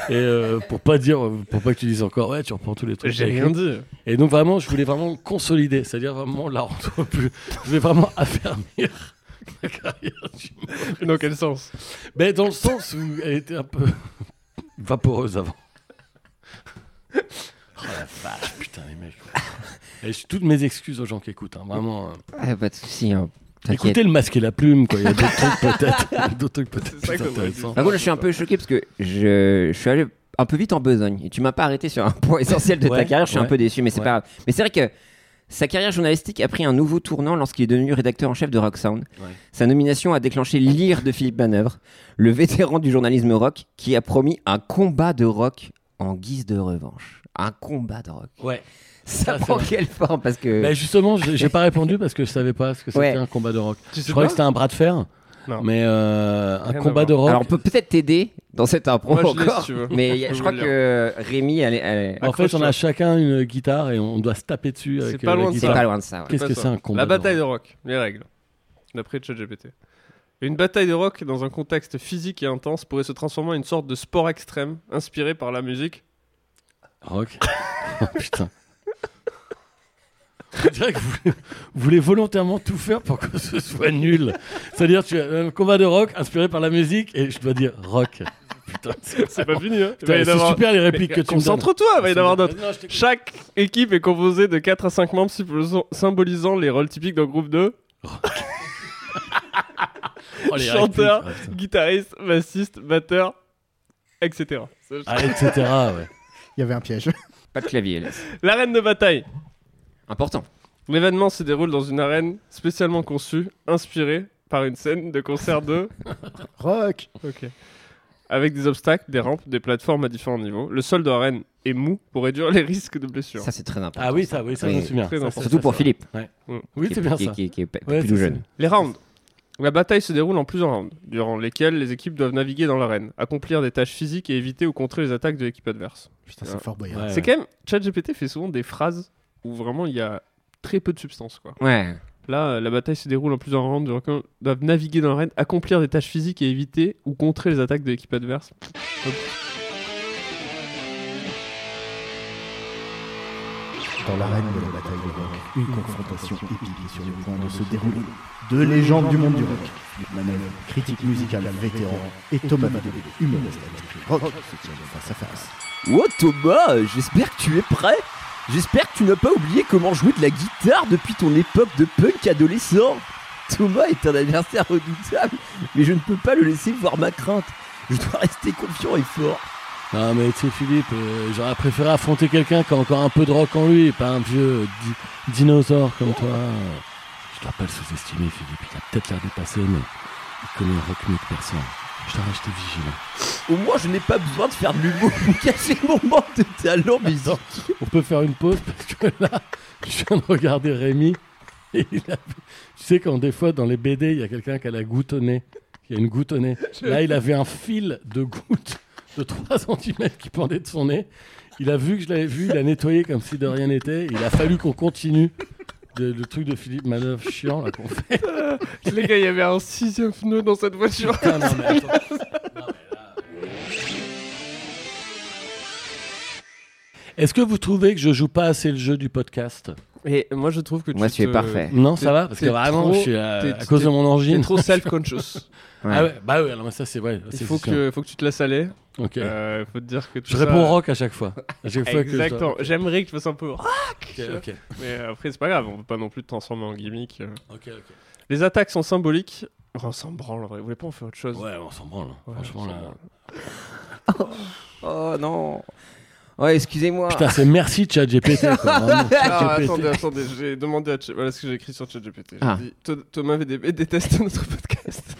et euh, pour pas dire pour pas que tu dises encore ouais tu reprends tous les trucs.
J'ai
que t'as
rien
écrits.
dit.
Et donc vraiment je voulais vraiment consolider, c'est-à-dire vraiment la rendre plus, je voulais vraiment affermir la carrière du
Dans quel sens
mais dans le sens où elle était un peu vaporeuse avant. Oh la vache, putain les mecs. Et je- toutes mes excuses aux gens qui écoutent, hein, vraiment. hein.
Ah, pas de soucis, hein. t'inquiète.
Écoutez le masque et la plume, quoi. Il y a d'autres trucs peut-être, il y a d'autres trucs peut-être
C'est ça
plus
qu'on aurait
intéressants.
dû
Par contre, là, je suis un peu choqué parce que je, je suis allé un peu vite en besogne et tu m'as pas arrêté sur un point essentiel de ta
Ouais,
carrière. Je suis un
ouais,
peu déçu, mais c'est
ouais.
pas grave. Mais c'est vrai que sa carrière journalistique a pris un nouveau tournant lorsqu'il est devenu rédacteur en chef de Rock Sound.
Ouais.
Sa nomination a déclenché l'ire de Philippe Manœuvre, le vétéran du journalisme rock, qui a promis un combat de rock en guise de revanche. Un combat de rock.
Ouais.
Ça
Ah, c'est
prend
vrai. Bah,
quelle forme Parce que
Mais justement, j'ai j'ai pas répondu parce que je savais pas ce que c'était
Ouais.
un combat de rock.
Tu
Je
sais
croyais
pas
que c'était un bras de fer,
Non.
mais euh, un
Rien à
combat de rock.
alors on peut peut-être t'aider dans cette impro
Moi, je l'ai, si
encore.
tu veux.
Mais
Je
je
vous
crois
le
que Rémi, elle est- elle est-
en fait, on
accroche-toi.
a chacun une guitare et on doit se taper dessus
hein. C'est
avec
pas
euh, la
loin de ça.
c'est
guitare.
pas loin de ça. ouais.
Qu'est-ce
Pas
que
ça.
c'est un combat
La
de
bataille
rock
de rock, les règles. D'après ChatGPT. Une bataille de rock dans un contexte physique et intense pourrait se transformer en une sorte de sport extrême inspiré par la musique.
Rock. Oh, putain. On dirait que vous, vous voulez volontairement tout faire pour que ce soit nul. C'est-à-dire, tu as un combat de rock inspiré par la musique et je dois dire rock. Putain, c'est
C'est pas fini, hein Il va y
Putain, C'est
avoir-
super les répliques que tu me donnes.
Concentre-toi, il va y en avoir d'autres.
Non, je t'écoute.
Chaque équipe est composée de 4 à 5 membres symbolisant- symbolisant les rôles typiques d'un groupe de
Oh, les
chanteur.
répliques, ouais,
guitariste, bassiste, batteur, etc. Ça, je-
putain. Ah, etc. Ouais.
Il y avait un piège.
Pas de clavier, hélas.
L'arène de bataille.
Important.
L'événement se déroule dans une arène spécialement conçue, inspirée par une scène de concert de.
Rock
Ok. Avec des obstacles, des rampes, des plateformes à différents niveaux. Le sol de l'arène est mou pour réduire les risques de blessures.
Ça, c'est très important.
Ah oui, ça, oui, ça, je me
Oui.
souviens.
Très
Ça,
important.
c'est-
Surtout
ça,
pour
c'est-
Philippe,
Oui,
qui,
c'est
est,
bien
qui-
ça.
qui- qui est pas-
Ouais,
plus
c'est-
jeune.
Les rounds. La bataille se déroule en plusieurs rounds, durant lesquels les équipes doivent naviguer dans l'arène, accomplir des tâches physiques et éviter ou contrer les attaques de l'équipe adverse.
Putain,
Ouais.
c'est fort boyard.
Ouais,
C'est quand même. ChatGPT fait souvent des phrases où vraiment il y a très peu de substance, quoi.
Ouais.
Là, euh, la bataille se déroule en plusieurs rounds. Les requins doivent naviguer dans l'arène, accomplir des tâches physiques et éviter ou contrer les attaques de l'équipe adverse.
Dans l'arène de la bataille de rock, une confrontation épique est sur le point de se dérouler. Deux légendes du monde du rock. Manœuvre, critique musicale vétéran et Thomas Vadébé, humoriste à l'esprit rock, se tiennent face à face.
Oh Thomas, j'espère que tu es prêt. J'espère que tu n'as pas oublié comment jouer de la guitare depuis ton époque de punk adolescent. Thomas est un adversaire redoutable, mais je ne peux pas le laisser voir ma crainte. Je dois rester confiant et fort.
Non, mais tu sais, Philippe, euh, j'aurais préféré affronter quelqu'un qui a encore un peu de rock en lui, et pas un vieux euh, di- dinosaure comme toi. Je dois pas le sous-estimer, Philippe. Il a peut-être l'air dépassé, mais il connaît le rock mieux que personne. Je dois rester vigilant.
Au moins, je n'ai pas besoin de faire de l'humour pour cacher mon manque de talent musique.
On peut faire une pause parce que là, je viens de regarder Rémi. et il a- Tu sais, quand des fois, dans les BD, il y a quelqu'un qui a la goutte au nez, qui a une goutte au nez. Là, il avait un fil de goutte de 3 cm qui pendait de son nez. Il a vu que je l'avais vu, il a nettoyé comme si de rien n'était. Il a fallu qu'on continue de- le truc de Philippe Manœuvre chiant là qu'on fait.
Les gars, il y avait un sixième pneu dans cette voiture.
Non, non, mais euh. attends. Est-ce que vous trouvez que je joue pas assez le jeu du podcast
Et moi, je trouve que
Moi, tu es
te-
parfait.
Non,
T'es-
ça va, parce que
t'es
vraiment,
trop-
je suis à,
t'es-
à cause de mon
T'es
angine.
trop self-conscious.
Ouais.
Ah ouais, bah oui, alors mais ça c'est vrai.
il faut que, faut que tu te laisses aller.
Ok.
Euh, faut te dire que tout
je
ça-
réponds rock à chaque fois. À chaque fois que je-
Exactement. J'aimerais que tu fasses un peu.
Ok, ok,
Mais après, c'est pas grave, on peut pas non plus te transformer en gimmick. euh.
ok, ok.
Les attaques sont symboliques. Oh, on s'en branle en vrai. Vous voulez pas en faire autre chose
Ouais, on s'en branle. hein.
Ouais,
franchement,
on s'en
là.
branle.
Oh non. Oh, excusez-moi.
Putain, c'est merci ChatGPT. quoi, vraiment.
Alors,
ChatGPT.
Ah, attendez, attendez, j'ai demandé à Ch- voilà ce que j'ai écrit sur ChatGPT. J'ai
Ah.
dit, Tho- Thomas VDB déteste notre podcast.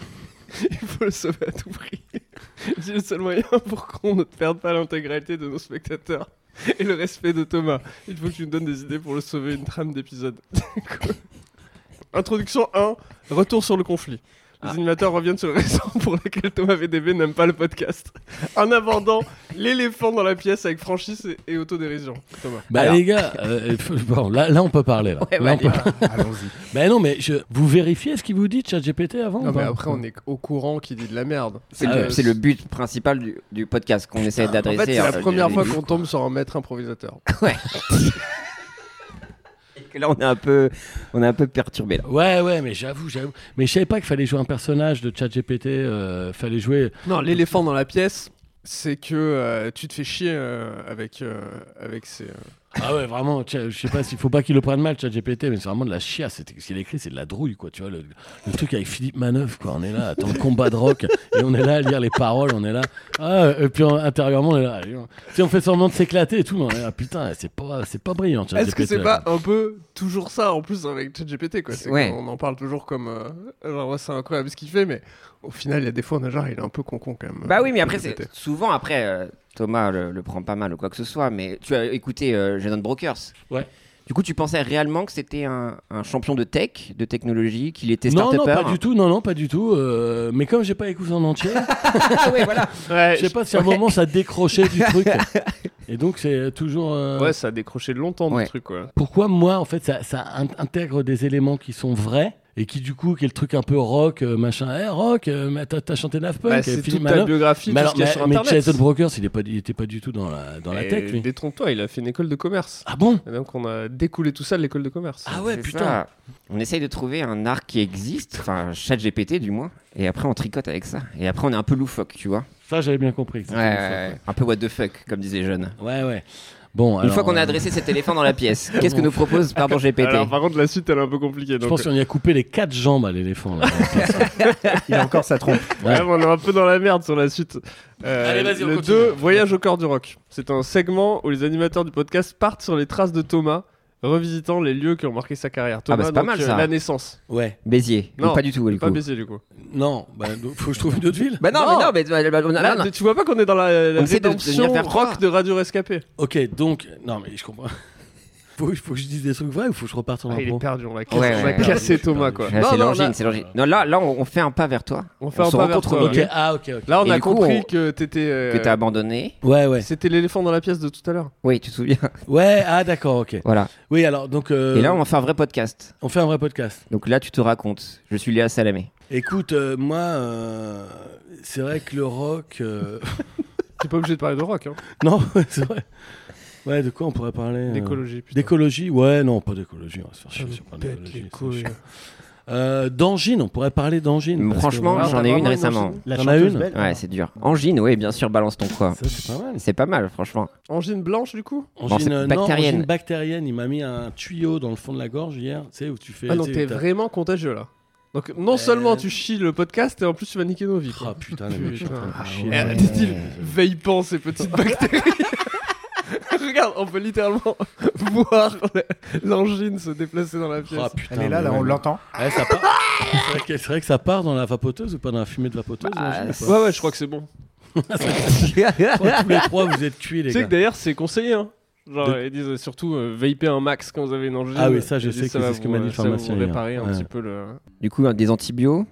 Il faut le sauver à tout prix. J'ai le seul moyen pour qu'on ne perde pas l'intégralité de nos spectateurs et le respect de Thomas. Il faut que tu me donnes des idées pour le sauver une trame d'épisode. Quoi Introduction 1, retour sur le conflit. Les
Ah.
animateurs reviennent sur la raison pour laquelle Thomas VDB n'aime pas le podcast. En abordant l'éléphant dans la pièce avec franchise et- et autodérision. Thomas.
Bah
Alors.
les gars, euh, faut- bon, là, là on peut parler. Là.
Ouais,
Là, on
bah,
peut-
Allons-y.
Bah non, mais je... vous vérifiez ce qu'il vous dit ChatGPT avant
Non,
ou
mais
pas
après, on est au courant qu'il dit de la merde.
C'est
Ah
le,
ouais.
c'est le but principal du, du podcast qu'on essaie
En
d'adresser.
fait, c'est la
euh,
première
du-
fois
du-
qu'on tombe sur un maître improvisateur.
que Là, on est un peu, on est un peu perturbé là.
Ouais, ouais, mais j'avoue, j'avoue. Mais je savais pas qu'il fallait jouer un personnage de ChatGPT. Euh, fallait jouer.
Non, l'éléphant dans la pièce, c'est que euh, tu te fais chier euh, avec, euh, avec ces. euh,
Ah ouais, vraiment, tcha- je sais pas s'il faut pas qu'il le prenne mal, ChatGPT, mais c'est vraiment de la chiasse. C'est- Ce qu'il écrit, c'est de la drouille, quoi. Tu vois, le, le truc avec Philippe Manœuvre, quoi. On est là, attends, le combat de rock, et on est là à lire les paroles, on est là. Ah, et puis on- intérieurement, on est là. Tu sais, on fait semblant de s'éclater et tout, mais on est là, putain, c'est pas, c'est pas brillant, ChatGPT.
Est-ce que c'est pas un peu toujours ça en plus avec ChatGPT quoi C'est
Ouais.
qu'on en parle toujours comme. euh, genre, ouais, c'est incroyable ce qu'il fait, mais au final, il y a des fois, on a genre, il est un peu con-con quand même.
Bah
euh,
oui, mais après, c'est
ChatGPT.
souvent après, euh, Thomas le, le prend pas mal ou quoi que ce soit, mais tu as écouté euh, Jason Brokers.
Ouais.
Du coup, tu pensais réellement que c'était un, un champion de tech, de technologie, qu'il était
Non,
start-upper hein
non,
hein
pas du tout, non, non, pas du tout. euh, mais comme j'ai pas écouté en entier,
Ah ouais, voilà.
Ouais,
je sais pas si à un moment ça décrochait du truc. Et donc c'est toujours. euh,
ouais, ça a décroché longtemps
Ouais.
du truc quoi.
pourquoi moi en fait ça, ça in- intègre des éléments qui sont vrais et qui du coup qui est le truc un peu rock euh, machin Eh, rock euh, mais t'as t'as chanté Daft Punk
Bah,
euh,
c'est
Philippe
toute ta
Manœuvre.
biographie,
mais,
tout
alors,
ce qu'il y a
mais-
sur
mais
internet.
Jason Brokers il, est pas, il était pas du tout dans la, dans la
Et
tech lui.
Détrompe-toi, il a fait une école de commerce.
ah bon
Et donc on a découlé tout ça de l'école de commerce.
ah ouais
C'est
putain
ça. On essaye de trouver un arc qui existe, enfin, chat GPT du moins, et après on tricote avec ça. Et après, on est un peu loufoque, tu vois.
ça j'avais bien compris que
Ouais,
c'était
ouais,
une
ouais. Un peu what the fuck, comme disaient les jeunes.
faute. ouais ouais bon
Une
alors,
fois qu'on a
euh,
adressé cet éléphant dans la pièce, qu'est-ce que nous propose Pardon GPT
Alors par contre la suite elle est un peu compliquée.
je
Donc, euh,
pense qu'on y a coupé les quatre jambes à l'éléphant là.
Il a encore sa trompe.
euh, Ouais, mais on est un peu dans la merde sur la suite. Euh,
Allez, vas-y, on
le
continue.
2, Voyage au corps du rock. C'est un segment où les animateurs du podcast partent sur les traces de Thomas, revisitant les lieux qui ont marqué sa carrière. Thomas,
bah, c'est pas
donc,
mal,
euh,
ça.
la naissance.
ouais.
Béziers.
Non,
Ou pas du tout, du
Pas
coup.
baisé du coup.
Non, bah, donc, faut que je trouve une autre ville.
Bah non, mais non, mais on a-
Là,
non, non.
Tu vois pas qu'on est dans la, la
On essaie de- de
rédemption
venir faire
rock
croire.
de Radio Rescapé
Ok, donc non mais je comprends. Faut, faut que je dise des trucs vrais ou faut que je reparte en
Ah, Il
impro
est perdu, on l'a
Ouais,
cassé, on a
ouais, ouais.
cassé
Je suis
Thomas
perdu.
quoi.
Ah,
Non,
c'est
non,
l'angine,
là-
c'est l'angine. Non, là, là, on on fait un pas vers toi.
On fait
on
un
se
pas vers
rencontre au
toi,
Ok,
ouais.
ah ok ok.
Là on
Et
a
du coup,
compris
on-
que t'étais. euh,
que t'as abandonné.
Ouais ouais.
C'était l'éléphant dans la pièce de tout à l'heure.
Oui, tu te souviens.
Ouais, ah d'accord, ok.
voilà.
Oui, alors donc euh,
Et là, on va faire un vrai podcast.
on fait un vrai podcast.
Donc là, tu te racontes. Je suis Léa Salamé.
Écoute, euh, moi, euh, c'est vrai que le rock. euh,
T'es pas obligé de parler de rock, hein.
non, c'est vrai. Ouais, de quoi on pourrait parler euh,
D'écologie, putain.
D'écologie, ouais, non, pas d'écologie, on va se faire
Ça
chier
me
sur parler
pète
d'écologie,
les
c'est
couilles.
chiant. Euh, d'angine, on pourrait parler d'angine. parce que
Franchement,
vraiment,
t'as
j'en ai une
vraiment
récemment.
une
La
T'en as
chanteuse
une
belle.
Ouais, c'est dur. Angine, oui, bien sûr, balance ton quoi.
ça c'est pas mal.
C'est pas mal, franchement.
Angine blanche, du coup
Angine,
c'est
euh, non,
bactérienne.
angine bactérienne, il m'a mis un tuyau dans le fond de la gorge hier, tu sais, où tu fais.
Ah non,
tu sais,
t'es
t'as- Euh,
vraiment contagieux là. Donc non seulement tu chies le podcast, et en plus tu vas niquer nos vies.
Ah
quoi.
putain, les mecs, je suis en train de
Putain.
me chier. Ah,
Eh, Dit-il, veillant ces petites bactéries. Regarde, on peut littéralement voir l'angine se déplacer dans la pièce.
Ah putain.
Elle est là, là,
mais
on
ouais.
l'entend.
Ouais, Eh, ça part. C'est vrai que- c'est vrai que ça part dans la vapoteuse ou pas dans la fumée de vapoteuse j'imagine,
Bah,
ou pas
ouais, ouais, je crois que c'est bon.
Je crois que Tous les trois, vous êtes cuits, les
Tu sais
gars.
que d'ailleurs, c'est conseillé. Hein. Genre, ils disent euh, surtout euh, vaper un max quand vous avez une angine.
Ah oui, ça, je
Ils disent,
sais que
va
c'est ce que
vous,
m'a dit
euh,
le
ça va vous
pharmacien hier.
réparer un
Ouais.
petit peu le.
Du coup, un- des antibiotiques.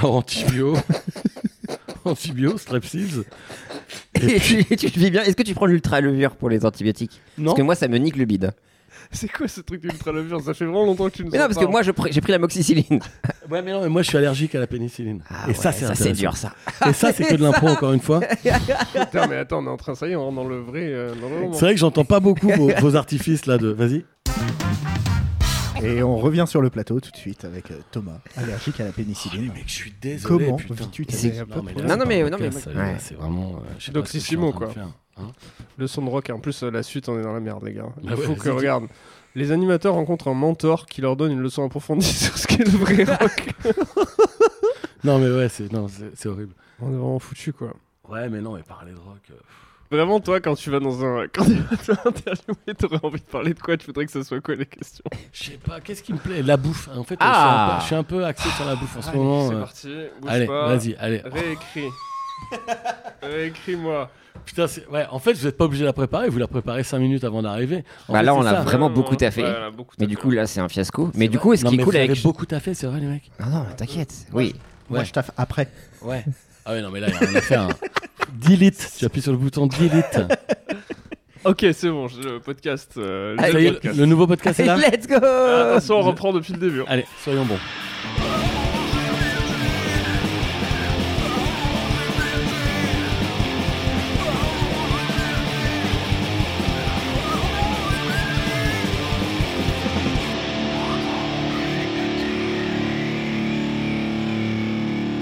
Alors, antibio. antibio, strepsils.
Et tu, tu le vis bien. Est-ce que tu prends l'ultra levure pour les antibiotiques
Non.
Parce que moi, ça me nique le bide.
C'est quoi ce truc d'ultra levure Ça fait vraiment longtemps que tu nous
Mais
en
non, parce que
parles.
moi, je pr- j'ai pris la moxicilline.
Ouais, mais non, mais moi, je suis allergique à la pénicilline.
Ah
Et ça,
ouais,
c'est
ça, c'est
intéressant.
dur, ça.
Et ça, c'est que de l'impro, encore une fois.
Putain, mais attends, on est en train, ça y est, on rentre dans le vrai. euh, dans le moment.
C'est vrai que j'entends pas beaucoup vos, vos artifices là de. Vas-y.
Et on revient sur le plateau tout de suite avec euh, Thomas, allergique à la pénicilline.
Mec, je suis désolé.
Comment vis-tu ta
C'est-
vie
Non, mais,
Non, non, mais- non, mais- ouais.
c'est vraiment. euh, je sais
Donc,
pas ce que
c'est
je suis en
Simon,
train de
quoi.
faire, hein.
Le son de rock, et en plus, euh, la suite, on est dans la merde, les gars. Il
Bah ouais,
faut que,
vas-y,
regarde, les animateurs rencontrent un mentor qui leur donne une leçon approfondie sur ce qu'est le vrai rock.
Non, mais ouais, c'est non, c'est- c'est horrible.
on est vraiment foutu, quoi.
Ouais, mais non, mais parler de rock. euh,
Vraiment, toi, quand tu vas dans un. Quand tu vas interviewer, t'aurais envie de parler de quoi Tu voudrais que ce soit quoi les questions
Je sais pas, qu'est-ce qui me plaît La bouffe. hein. En fait,
Ah.
je, suis un peu, je suis un peu axé sur la bouffe en ce moment.
C'est
euh.
parti, bouge
Allez,
pas.
vas-y, allez.
Réécris. Réécris-moi.
Putain, c'est- ouais, en fait, vous n'êtes pas obligé de la préparer, vous la préparez 5 minutes avant d'arriver. En
Bah
fait,
là, on
c'est
l'a
ça.
vraiment- beaucoup taffé.
Ouais, on a beaucoup
Mais
taffé.
du coup, là, c'est un fiasco.
C'est
Mais du
vrai.
coup, est-ce
Non,
qui est
mais
cool
vous
avec.
avez beaucoup taffé, c'est vrai, les mecs
Non, non, t'inquiète. Oui.
Moi,
Ouais.
je taffe après.
Ouais. Ah ouais, non, mais là, il y a rien à faire. hein. Delete, tu appuies sur le bouton delete.
Ok, c'est bon, j'ai le podcast. euh,
Ah, Ça
j'ai
y
le
est,
podcast.
le nouveau podcast est là.
Let's go
Ah, Attention, on reprend depuis le début.
Allez, soyons bons.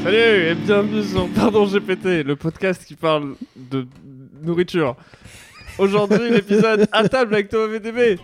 Salut et bienvenue sur Pardon GPT, le podcast qui parle de nourriture. Aujourd'hui, l'épisode à table avec Thomas VDB.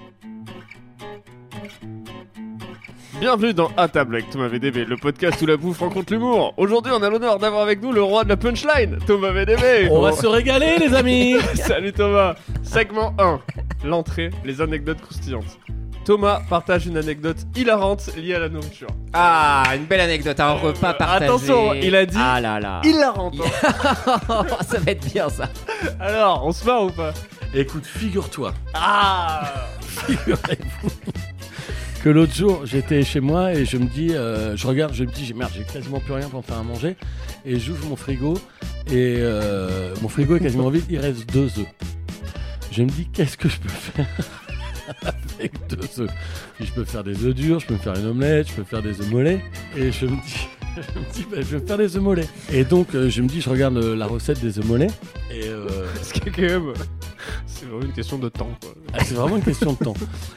Bienvenue dans À table avec Thomas VDB, le podcast où la bouffe rencontre l'humour. Aujourd'hui, on a l'honneur d'avoir avec nous le roi de la punchline, Thomas VDB.
On va se régaler, les amis
Salut Thomas Segment 1, l'entrée, les anecdotes croustillantes. Thomas partage une anecdote hilarante liée à la nourriture.
Ah, une belle anecdote, un repas partagé.
Attention, il a dit-
Ah là là.
Hilarante hein.
Oh, ça va être bien ça.
Alors, on se marre ou pas
Écoute, figure-toi,
Ah
figurez-vous que l'autre jour, j'étais chez moi et je me dis, euh, je regarde, je me dis, j'ai- merde, j'ai quasiment plus rien pour me faire à manger. Et j'ouvre mon frigo et euh, mon frigo est quasiment vide, il reste deux œufs. Je me dis, qu'est-ce que je peux faire avec deux œufs Je peux faire des œufs durs, je peux me faire une omelette, je peux faire des œufs mollets. Et je me dis, je me dis, bah, je vais faire des œufs mollets. Et donc, euh, je me dis, je regarde euh, la recette des œufs mollets. Et euh,
Parce que quand même, c'est vraiment une question de temps quoi.
Ah, c'est vraiment une question de temps.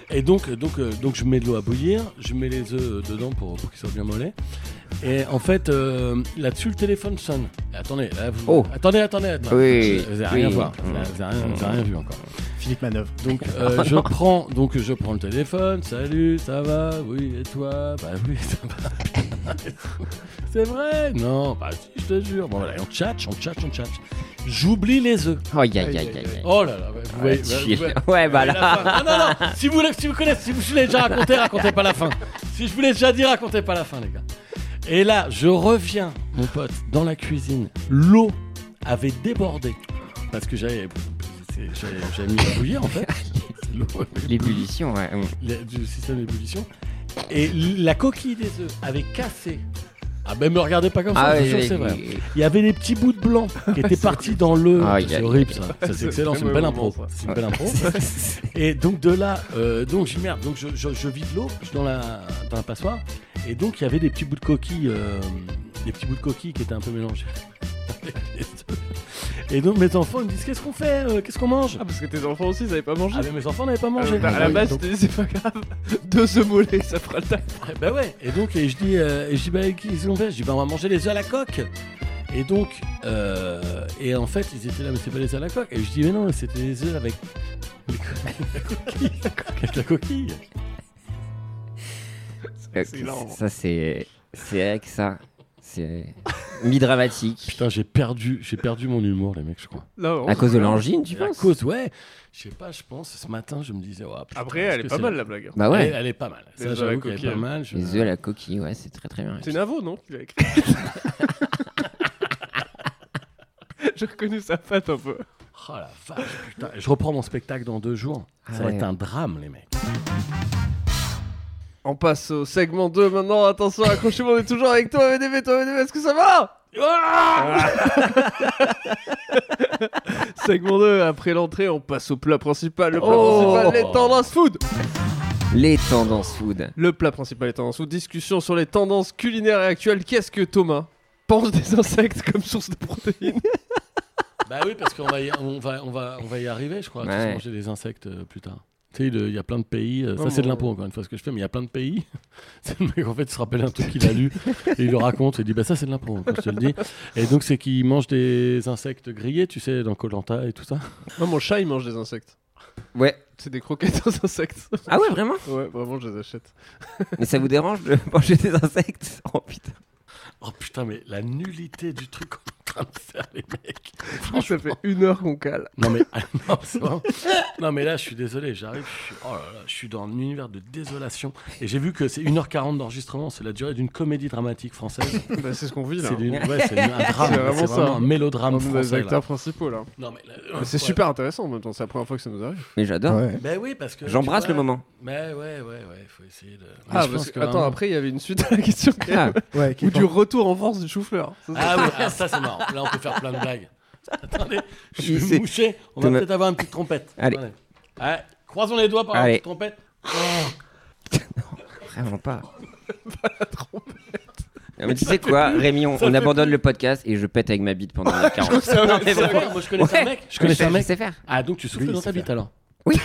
Et donc, donc, euh, donc je mets de l'eau à bouillir, je mets les œufs euh, dedans pour, pour qu'ils soient bien mollets. Et en fait, euh, là-dessus, le téléphone sonne. Et attendez, là, vous...
Oh.
attendez, attendez, attendez.
Oui,
Vous n'avez rien
oui. Mm.
voir, vous avez- vous avez rien, vous avez rien vu encore.
Philippe Manœuvre.
Donc, euh, je prends, donc je prends le téléphone. Salut, ça va Oui, et toi Bah oui, ça va. c'est vrai Non, bah si, je te jure. Bon, voilà, et on tchatche, on tchatche, on tchatche. J'oublie les œufs.
Oh, aïe aïe aïe aïe. aïe.
Oh là là, bah,
Ah,
vous voyez, bah, vous voyez-
Ouais, ouais, bah là.
ah non, non, si vous, voulez- si vous connaissez, si vous- je l'ai déjà raconté, racontez pas la fin. Si je vous l'ai déjà dit, racontez pas la fin, les gars. Et là, je reviens, mon pote, dans la cuisine. L'eau avait débordé. Parce que j'avais c'est- j'avais- j'avais mis à bouillir, en fait. L'eau avait
L'ébullition, ouais. mm.
le- du système d'ébullition. Et l- la coquille des œufs avait cassé. Ah ben me regardez pas comme ça,
Ah
je
oui,
suis sûr que
oui,
c'est
oui,
vrai.
oui.
Il y avait des petits bouts de blanc qui étaient partis dans le.
Ah, il y a-
c'est horrible ça. Ça, c'est
C'est
excellent, c'est une
vraiment
belle
bon,
impro.
ça.
C'est une belle impro. Et donc de là, euh, donc j'y merde, donc je, je, je vide l'eau je suis dans la dans la passoire. Et donc il y avait des petits bouts de coquilles, euh, des petits bouts de coquilles qui étaient un peu mélangés. avec les œufs. Et donc mes enfants ils me disent qu'est-ce qu'on fait, euh, qu'est-ce qu'on mange
Ah parce que tes enfants aussi ils avaient pas mangé
Ah mais mes enfants n'avaient pas
Ah,
mangé.
bah, à la
Ah,
base,
donc-
je te dis, c'est pas grave. Deux œufs mollets, ça fera le taf.
Eh ben ouais, et donc et je dis, euh, et je dis bah qu'est-ce qu'on fait Je dis bah on va manger les œufs à la coque. Et donc, euh, et en fait ils étaient là mais c'est pas les œufs à la coque. Et je dis mais non, c'était les œufs avec, les co- avec la coquille. Avec la coquille.
C'est hilarant.
Ça, Euh, c'est. C'est vrai que ça, c'est mi-dramatique.
Putain, j'ai perdu, j'ai perdu mon humour, les mecs, je crois.
Là, on-
À cause de l'angine, tu
Et à
penses
cause, ouais. Je sais pas, je pense. Ce matin, je me disais, ouais, putain,
Après,
est-ce
elle
que
est pas
c'est-
mal la blague. hein.
Bah
Elle,
ouais.
elle est pas mal.
Les
Ça,
œufs à la
j'avoue qu'elle est
coquille,
pas mal. je-
Les œufs à la coquille, ouais, c'est très très bien.
C'est Navo, non qui l'a écrit J'ai reconnu sa patte un peu.
Oh la vache, putain. Je reprends mon spectacle dans deux jours.
Ah
ça va
ouais.
être un drame, les mecs.
On passe au segment 2 maintenant. Attention, accrochez-vous, on est toujours avec toi, VDV. Toi, VDV, est-ce que ça va Ah Segment 2, après l'entrée, on passe au plat principal. Le plat
Oh.
principal, les tendances food.
Les tendances food.
Le plat principal, les tendances food. Discussion sur les tendances culinaires et actuelles. Qu'est-ce que Thomas pense des insectes comme source de protéines
bah oui, parce qu'on va, y- on va, on va, on va y arriver, je crois. tous
Ouais.
manger des insectes euh, plus tard. Tu sais, il il y a plein de pays. euh, ça,
Non,
c'est de
mon-
l'impôt, encore une fois, ce que je fais, mais il y a plein de pays. c'est le mec, en fait, il se rappelle un truc qu'il a lu et il le raconte. Il dit, bah ça, c'est de l'impôt, comme je te le dis. Et donc, c'est qu'il mange des insectes grillés, tu sais, dans Colanta et tout ça.
Non, mon chat, il mange des insectes.
Ouais.
C'est des croquettes aux insectes.
Ah ouais, vraiment
Ouais, vraiment, je les achète.
Mais ça vous dérange de manger des insectes Oh putain.
Oh putain, mais la nullité du truc qu'on est en train de faire, les mecs.
Ça fait une heure qu'on cale.
Non mais, ah, non, c'est vraiment- non, mais là, je suis désolé, j'arrive, je, suis- oh là là, je suis dans un univers de désolation. Et j'ai vu que c'est 1h40 d'enregistrement, c'est la durée d'une comédie dramatique française.
Bah, c'est ce qu'on vit là.
C'est d'une- ouais, c'est une- un drame,
C'est
c'est
vraiment
vraiment,
ça.
un mélodrame
On est des
français. là.
acteurs principaux là.
Non, mais là,
Mais c'est
ouais.
super intéressant en même temps, c'est la première fois que ça nous arrive.
Mais j'adore.
hein
Ben oui, parce que...
J'embrasse
tu
le
vois,
moment.
Mais ouais, ouais, ouais, faut essayer de...
Ah,
je
parce
pense
que,
que
attends,
vraiment-
après il y avait une suite à la question.
Ah,
Ouais, qui
Ou
est
du
pas-
retour en force du chou-fleur. Ça, c'est-
Ah oui, ah, ça c'est marrant, là on peut faire plein de blagues. Attendez, je
Il
vais
s'est-
me moucher, on va
Thomas-
peut-être avoir une petite trompette.
Allez.
Attendez. Ouais, croisons les doigts par la
Allez.
petite trompette.
vraiment pas. Non, mais tu sais quoi, Rémi, on,
Ça
on
fait
abandonne le podcast et je pète avec ma bite pendant 40 Non, mais vraiment.
Moi je connais un
Ouais.
mec. Je connais un
Je
mec.
sais faire.
Ah, donc tu souffles
Oui,
dans
c'est
ta bite alors
Oui.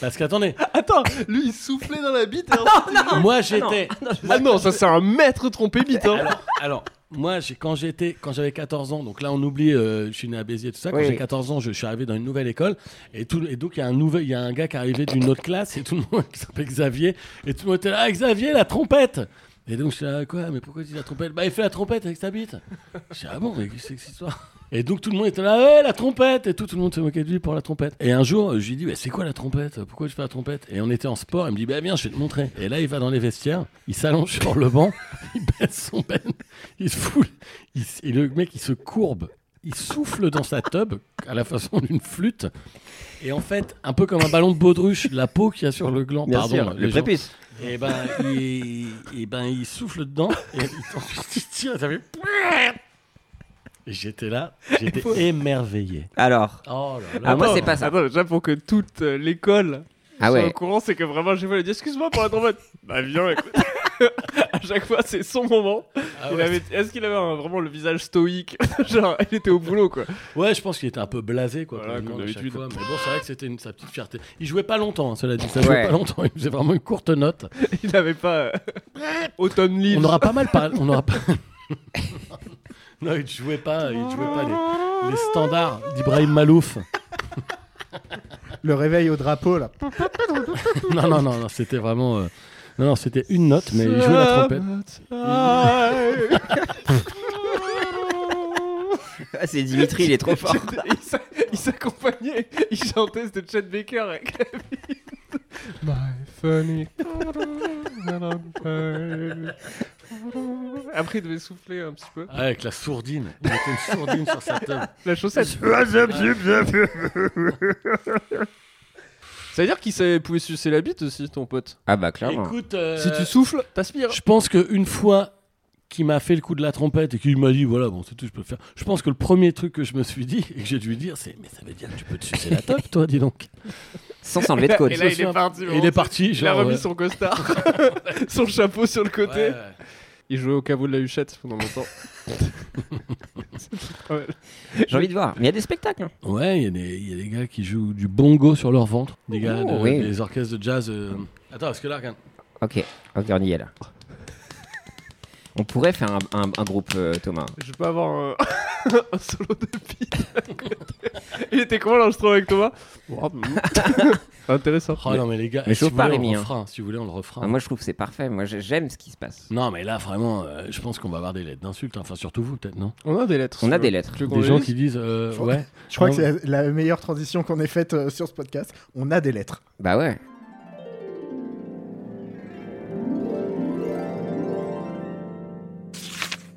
Parce qu'attendez,
Attends, lui il soufflait dans la bite. hein. et en-
moi j'étais.
Ah non, ça c'est un maître trompé bite. Hein.
Alors, alors, moi j'ai quand j'étais, quand j'avais 14 ans, donc là on oublie, euh, je suis né à Béziers tout ça. Quand
Oui.
j'ai 14 ans, je, je suis arrivé dans une nouvelle école et tout, et donc il y a un nouvel, il y a un gars qui est arrivé d'une autre classe et tout le monde qui s'appelle Xavier et tout le monde était là, ah, Xavier la trompette. Et donc je suis là, quoi, mais pourquoi tu dis la trompette Bah il fait la trompette avec sa bite. Je dis, ah bon, mais qu'est-ce que c'est que cette histoire Et donc tout le monde était là, ouais, la trompette Et tout, tout le monde se moquait de lui pour la trompette. Et un jour, euh, je lui dis, ouais, c'est quoi la trompette Pourquoi tu fais la trompette Et on était en sport, il me dit, bah viens, je vais te montrer. Et là, il va dans les vestiaires, il s'allonge sur le banc, il baisse son ben, il se fout, il s- et le mec, il se courbe, il souffle dans sa tube à la façon d'une flûte. Et en fait, un peu comme un ballon de baudruche, la peau qu'il y a sur le gland,
Bien
pardon,
sûr, le
les gens-
prépuce.
et ben, il, et ben, il souffle dedans et il- ensuite il tire et ça fait. Et J'étais là, j'étais émerveillé.
Alors,
Oh là là.
ah, moi, c'est pas ça.
Attends, déjà pour que toute euh, l'école
Ah
soit
ouais.
au courant, c'est que vraiment j'ai voulu dire excuse-moi pour la trompette. bah viens, écoute. à chaque fois c'est son moment.
Ah
Il
ouais.
avait- Est-ce qu'il avait un- vraiment le visage stoïque Genre, il était au boulot quoi.
Ouais, je pense qu'il était un peu blasé, quoi.
Voilà,
comme
comme
à chaque
d'habitude.
fois. Mais bon, c'est vrai que c'était une- sa petite fierté. Il jouait pas longtemps, hein, cela dit. Ça jouait
Ouais.
pas longtemps. Il faisait vraiment une courte note.
Il avait pas euh, Autumn Leaves.
On aura pas mal parlé. On aura pas. non, il jouait pas, il jouait pas les, les standards d'Ibrahim Malouf.
Le réveil au drapeau, là.
Non, non, non, non c'était vraiment. euh, Non, non, c'était une note, mais il jouait la trompette.
Ah, c'est Dimitri, il est trop fort.
C'était- il s'a- Il s'accompagnait, il chantait de Chet Baker avec la vie. My funny. Après, il devait souffler un petit peu.
Ah, avec la sourdine. Il était une sourdine sur sa table.
La chaussette. Ça veut dire qu'il savait- pouvait sucer la bite aussi, ton pote.
Ah bah clairement.
Écoute, euh,
Si tu souffles, t'aspires.
je pense qu'une fois qu'il m'a fait le coup de la trompette et qu'il m'a dit, voilà, bon, c'est tout, je peux le faire. Je pense que le premier truc que je me suis dit et que j'ai dû lui dire, c'est, mais ça veut dire que tu peux te sucer la top, toi, dis donc.
Sans s'enlever de côte.
Et là, il est parti.
Et
vraiment.
il est parti.
Il a
genre,
remis
ouais.
son costard, son chapeau sur le côté.
Ouais, ouais.
Il jouait au caveau de la huchette pendant longtemps.
J'ai envie de voir. Mais il y a des spectacles. hein.
Ouais, il y, a des- il y a des gars qui jouent du bongo sur leur ventre. Des gars
Oh,
de-
oui.
des orchestres de jazz. euh. Attends, parce que là, regarde.
Ok, ok, on y est là. On pourrait faire un, un- un groupe, euh, Thomas.
Je peux avoir un, un solo de beat. Il était comment l'enregistrement avec Thomas Wow. Intéressant.
Oh non, mais les gars,
mais
eh, si
chauffe
vous
pas
voulez, on
Rémi,
le
hein.
refera. hein. Si vous voulez, on le refera.
Ah, moi, je trouve que c'est parfait. Moi, j'ai- j'aime ce qui se passe.
Non, mais là, vraiment, euh, je pense qu'on va avoir des lettres d'insultes. hein. Enfin, surtout vous, peut-être, non
On a des lettres.
On
si
a
tu
des
veux.
lettres.
Tu veux qu'on
Des
les
gens
lise
qui disent. euh,
Je crois-
ouais.
Je crois que c'est la meilleure transition qu'on ait faite euh, sur ce podcast. On a des lettres.
Bah ouais.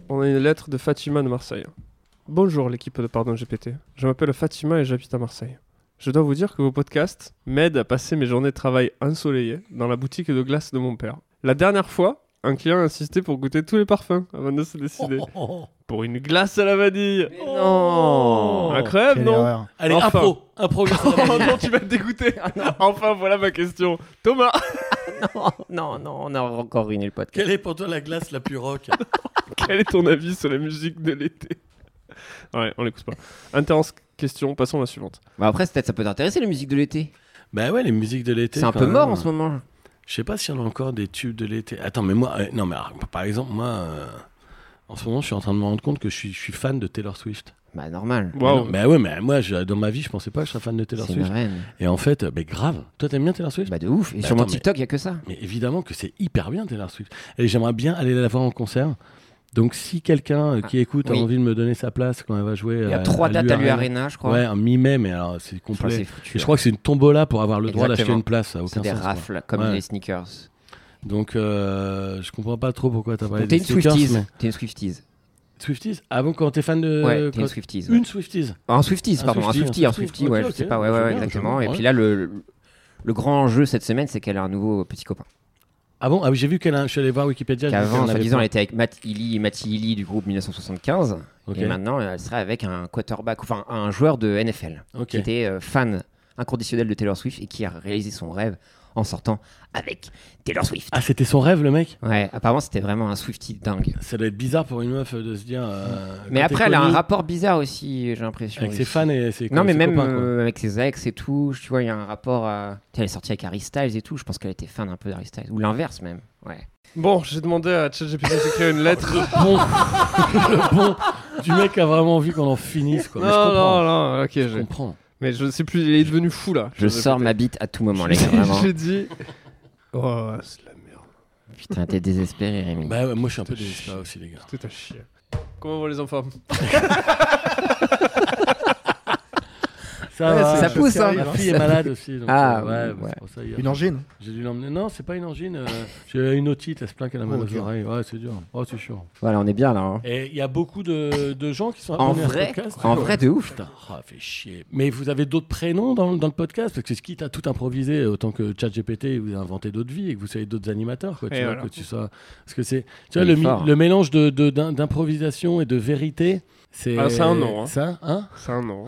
On a une lettre de Fatima de Marseille. Bonjour l'équipe de Pardon GPT. Je m'appelle Fatima et j'habite à Marseille. Je dois vous dire que vos podcasts m'aident à passer mes journées de travail ensoleillées dans la boutique de glace de mon père. La dernière fois, un client a insisté pour goûter tous les parfums avant de se décider. Pour une glace à la vanille Oh.
non
Incroyable,
Quelle
Ah non
erreur.
Allez,
Enfin.
impro Impro grâce à la
Oh
vanille.
non, tu vas te dégoûter
Ah,
Enfin, voilà ma question. Thomas
Non, non, non, on a encore ruiné le podcast.
Quelle est pour toi la glace la plus rock
Quel est ton avis sur la musique de l'été Ouais, on l'écoute pas. Intense question, passons à la suivante.
Bah après, c'est peut-être ça peut t'intéresser, les musiques de l'été.
Bah ouais, les musiques de l'été.
C'est un
quand
peu
même.
mort en ce moment.
Je sais pas si on a encore des tubes de l'été. Attends, mais moi, euh, non, mais alors, par exemple, moi, euh, en ce moment, je suis en train de me rendre compte que je suis, je suis fan de Taylor Swift.
Bah normal.
Mais non,
Waouh
Bah ouais, mais moi, je- dans ma vie, je pensais pas que je serais fan de Taylor
C'est une
Swift.
reine.
Et en fait, euh, mais grave. Toi, t'aimes bien Taylor Swift
Bah de ouf. Et
Bah,
sur mon
attends, mais-
TikTok, il y a que ça.
Mais évidemment que c'est hyper bien Taylor Swift. Et j'aimerais bien aller la voir en concert. Donc si quelqu'un euh, qui écoute
Ah. oui.
a envie de me donner sa place quand elle va jouer, euh,
Il y a trois dates à l'U-Arena, je crois.
Ouais, un mi-mai, mais alors c'est
Enfin,
complet.
c'est
Et
foutu.
je crois que c'est une tombola pour avoir le droit d'acheter
Exactement.
une place. Ça a aucun
C'est des
sens, quoi.
rafles, comme
Ouais.
les sneakers.
Donc euh, je comprends pas trop pourquoi t'as parlé
T'es
des
une
sneakers,
Swifties.
mais-
T'es une Swifties.
Swifties Ah bon, quand t'es fan de.
Ouais, t'es
quand-
une Swifties. ouais.
Une Swifties.
Un Swifties,
Un
pardon. Un
Swiftie,
Swiftie,
un
un Swiftie,
Swiftie,
ouais,
ok,
je sais
ok,
pas. Ouais,
je
ouais,
veux
ouais,
bien,
exactement.
je veux
Et
bien.
puis là, le. Le grand jeu cette semaine, c'est qu'elle a un nouveau petit copain.
Ah bon, ah, oui, j'ai vu qu'elle a. Je suis allé voir Wikipédia. j'ai vu qu'elle en
Qu'avant,
avait
soi-disant,
plein.
elle était avec Matt Healy, Matt Healy du groupe 1975.
Ok,
Et maintenant, elle serait avec un quarterback, enfin un joueur de NFL.
ok.
qui était euh, fan inconditionnel de Taylor Swift et qui a réalisé son rêve en sortant avec Taylor Swift.
Ah, c'était son rêve, le mec
Ouais, apparemment c'était vraiment un Swifty dingue.
Ça doit être bizarre pour une meuf euh, de se dire. euh,
Mais
quand t'es
après, elle a un
connu
rapport bizarre aussi, j'ai l'impression.
Avec
Oui.
ses fans et ses
Non, mais
ses
même
copains, quoi.
euh, avec ses ex et tout, tu vois, il y a un rapport à. Tiens, Elle est sortie avec Harry Styles et tout, je pense qu'elle était fan un peu d'Harry Styles, ou l'inverse même. Ouais.
Bon, j'ai demandé à ChatGPT d'écrire une lettre.
bon,
euh,
le bon du mec a vraiment envie qu'on en finisse quoi.
non,
Mais je comprends.
non, non, ok.
je
Je...
comprends.
Mais je sais plus, il est devenu fou là.
Je sors ma bite à tout moment, les gars, vraiment.
J'ai dit. Oh, c'est la merde.
Putain, t'es désespéré, Rémi.
Bah ouais, moi je suis un peu désespéré aussi les gars.
Tout à chier. Comment vont les enfants
Ça,
Ah,
Ouais,
va,
c'est- hein.
ça
je-
pousse, hein.
Ma fille est malade aussi. donc,
Ah,
euh, ouais,
oui,
bah,
ouais.
c'est pour ça hier.
Une angine
J'ai dû l'emmener. Non, c'est pas une angine. euh, J'ai une otite. Elle se plaint qu'elle a mal
Oh,
aux
dur.
oreilles. Ouais, c'est dur. Oh, c'est sûr.
Voilà, on est bien là. hein.
Et il y a beaucoup de, de gens qui sont
En
abonnés à
vrai,
ce podcast.
en vrai de ouf.
Putain, oh, fait chier. Mais vous avez d'autres prénoms dans, dans le podcast Parce que quitte à tout improviser, autant que ChatGPT, vous inventez d'autres vies et que vous soyez d'autres animateurs. Quoi, tu
Et
vois,
voilà.
que tu sois... Parce que c'est. Tu vois,
Il est
le, mi-
fort, hein.
le mélange de- de- d'im- d'improvisation et de vérité, c'est.
Ah, c'est un nom, hein.
Ça, hein
C'est un nom.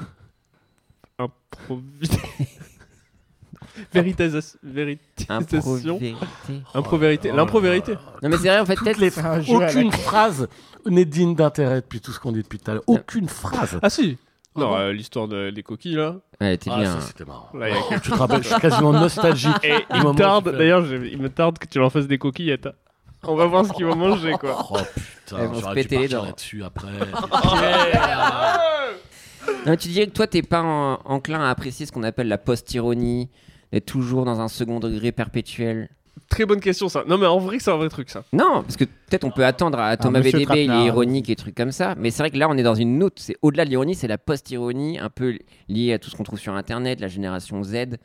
Improvisation. Véritisation. Véritisation.
Impro-vérité.
Improvérité. L'improvérité.
Non, mais c'est vrai, en fait, peut-être.
C'est un jeu à la-
Aucune phrase n'est digne d'intérêt depuis tout ce qu'on dit depuis tout à l'heure. Aucune phrase.
Ah si
Ah
Non,
bon
euh, l'histoire de- des coquilles là.
Elle était
Ah,
bien. hein.
ça, c'était marrant.
Là, il y a-
Tu te rappelles, je suis quasiment nostalgique.
Et
Du moment
il
où
tarde,
j'ai fait-
d'ailleurs, j'ai- il me tarde que tu leur fasses des coquillettes. On va voir ce qu'ils vont manger quoi.
Oh putain,
Elles vont se
j'aurais dû
péter les
partir
dents.
là-dessus après.
Non, tu dirais que toi, t'es pas en- enclin à apprécier ce qu'on appelle la post-ironie, d'être toujours dans un second degré perpétuel.
Très bonne question ça. Non mais en vrai, c'est un vrai truc ça.
Non, parce que peut-être on peut attendre à Thomas
monsieur
VDB, il
Trapenard.
est ironique et trucs comme ça, mais c'est vrai que là, on est dans une autre. C'est au-delà de l'ironie, c'est la post-ironie, un peu liée à tout ce qu'on trouve sur Internet, la génération Z,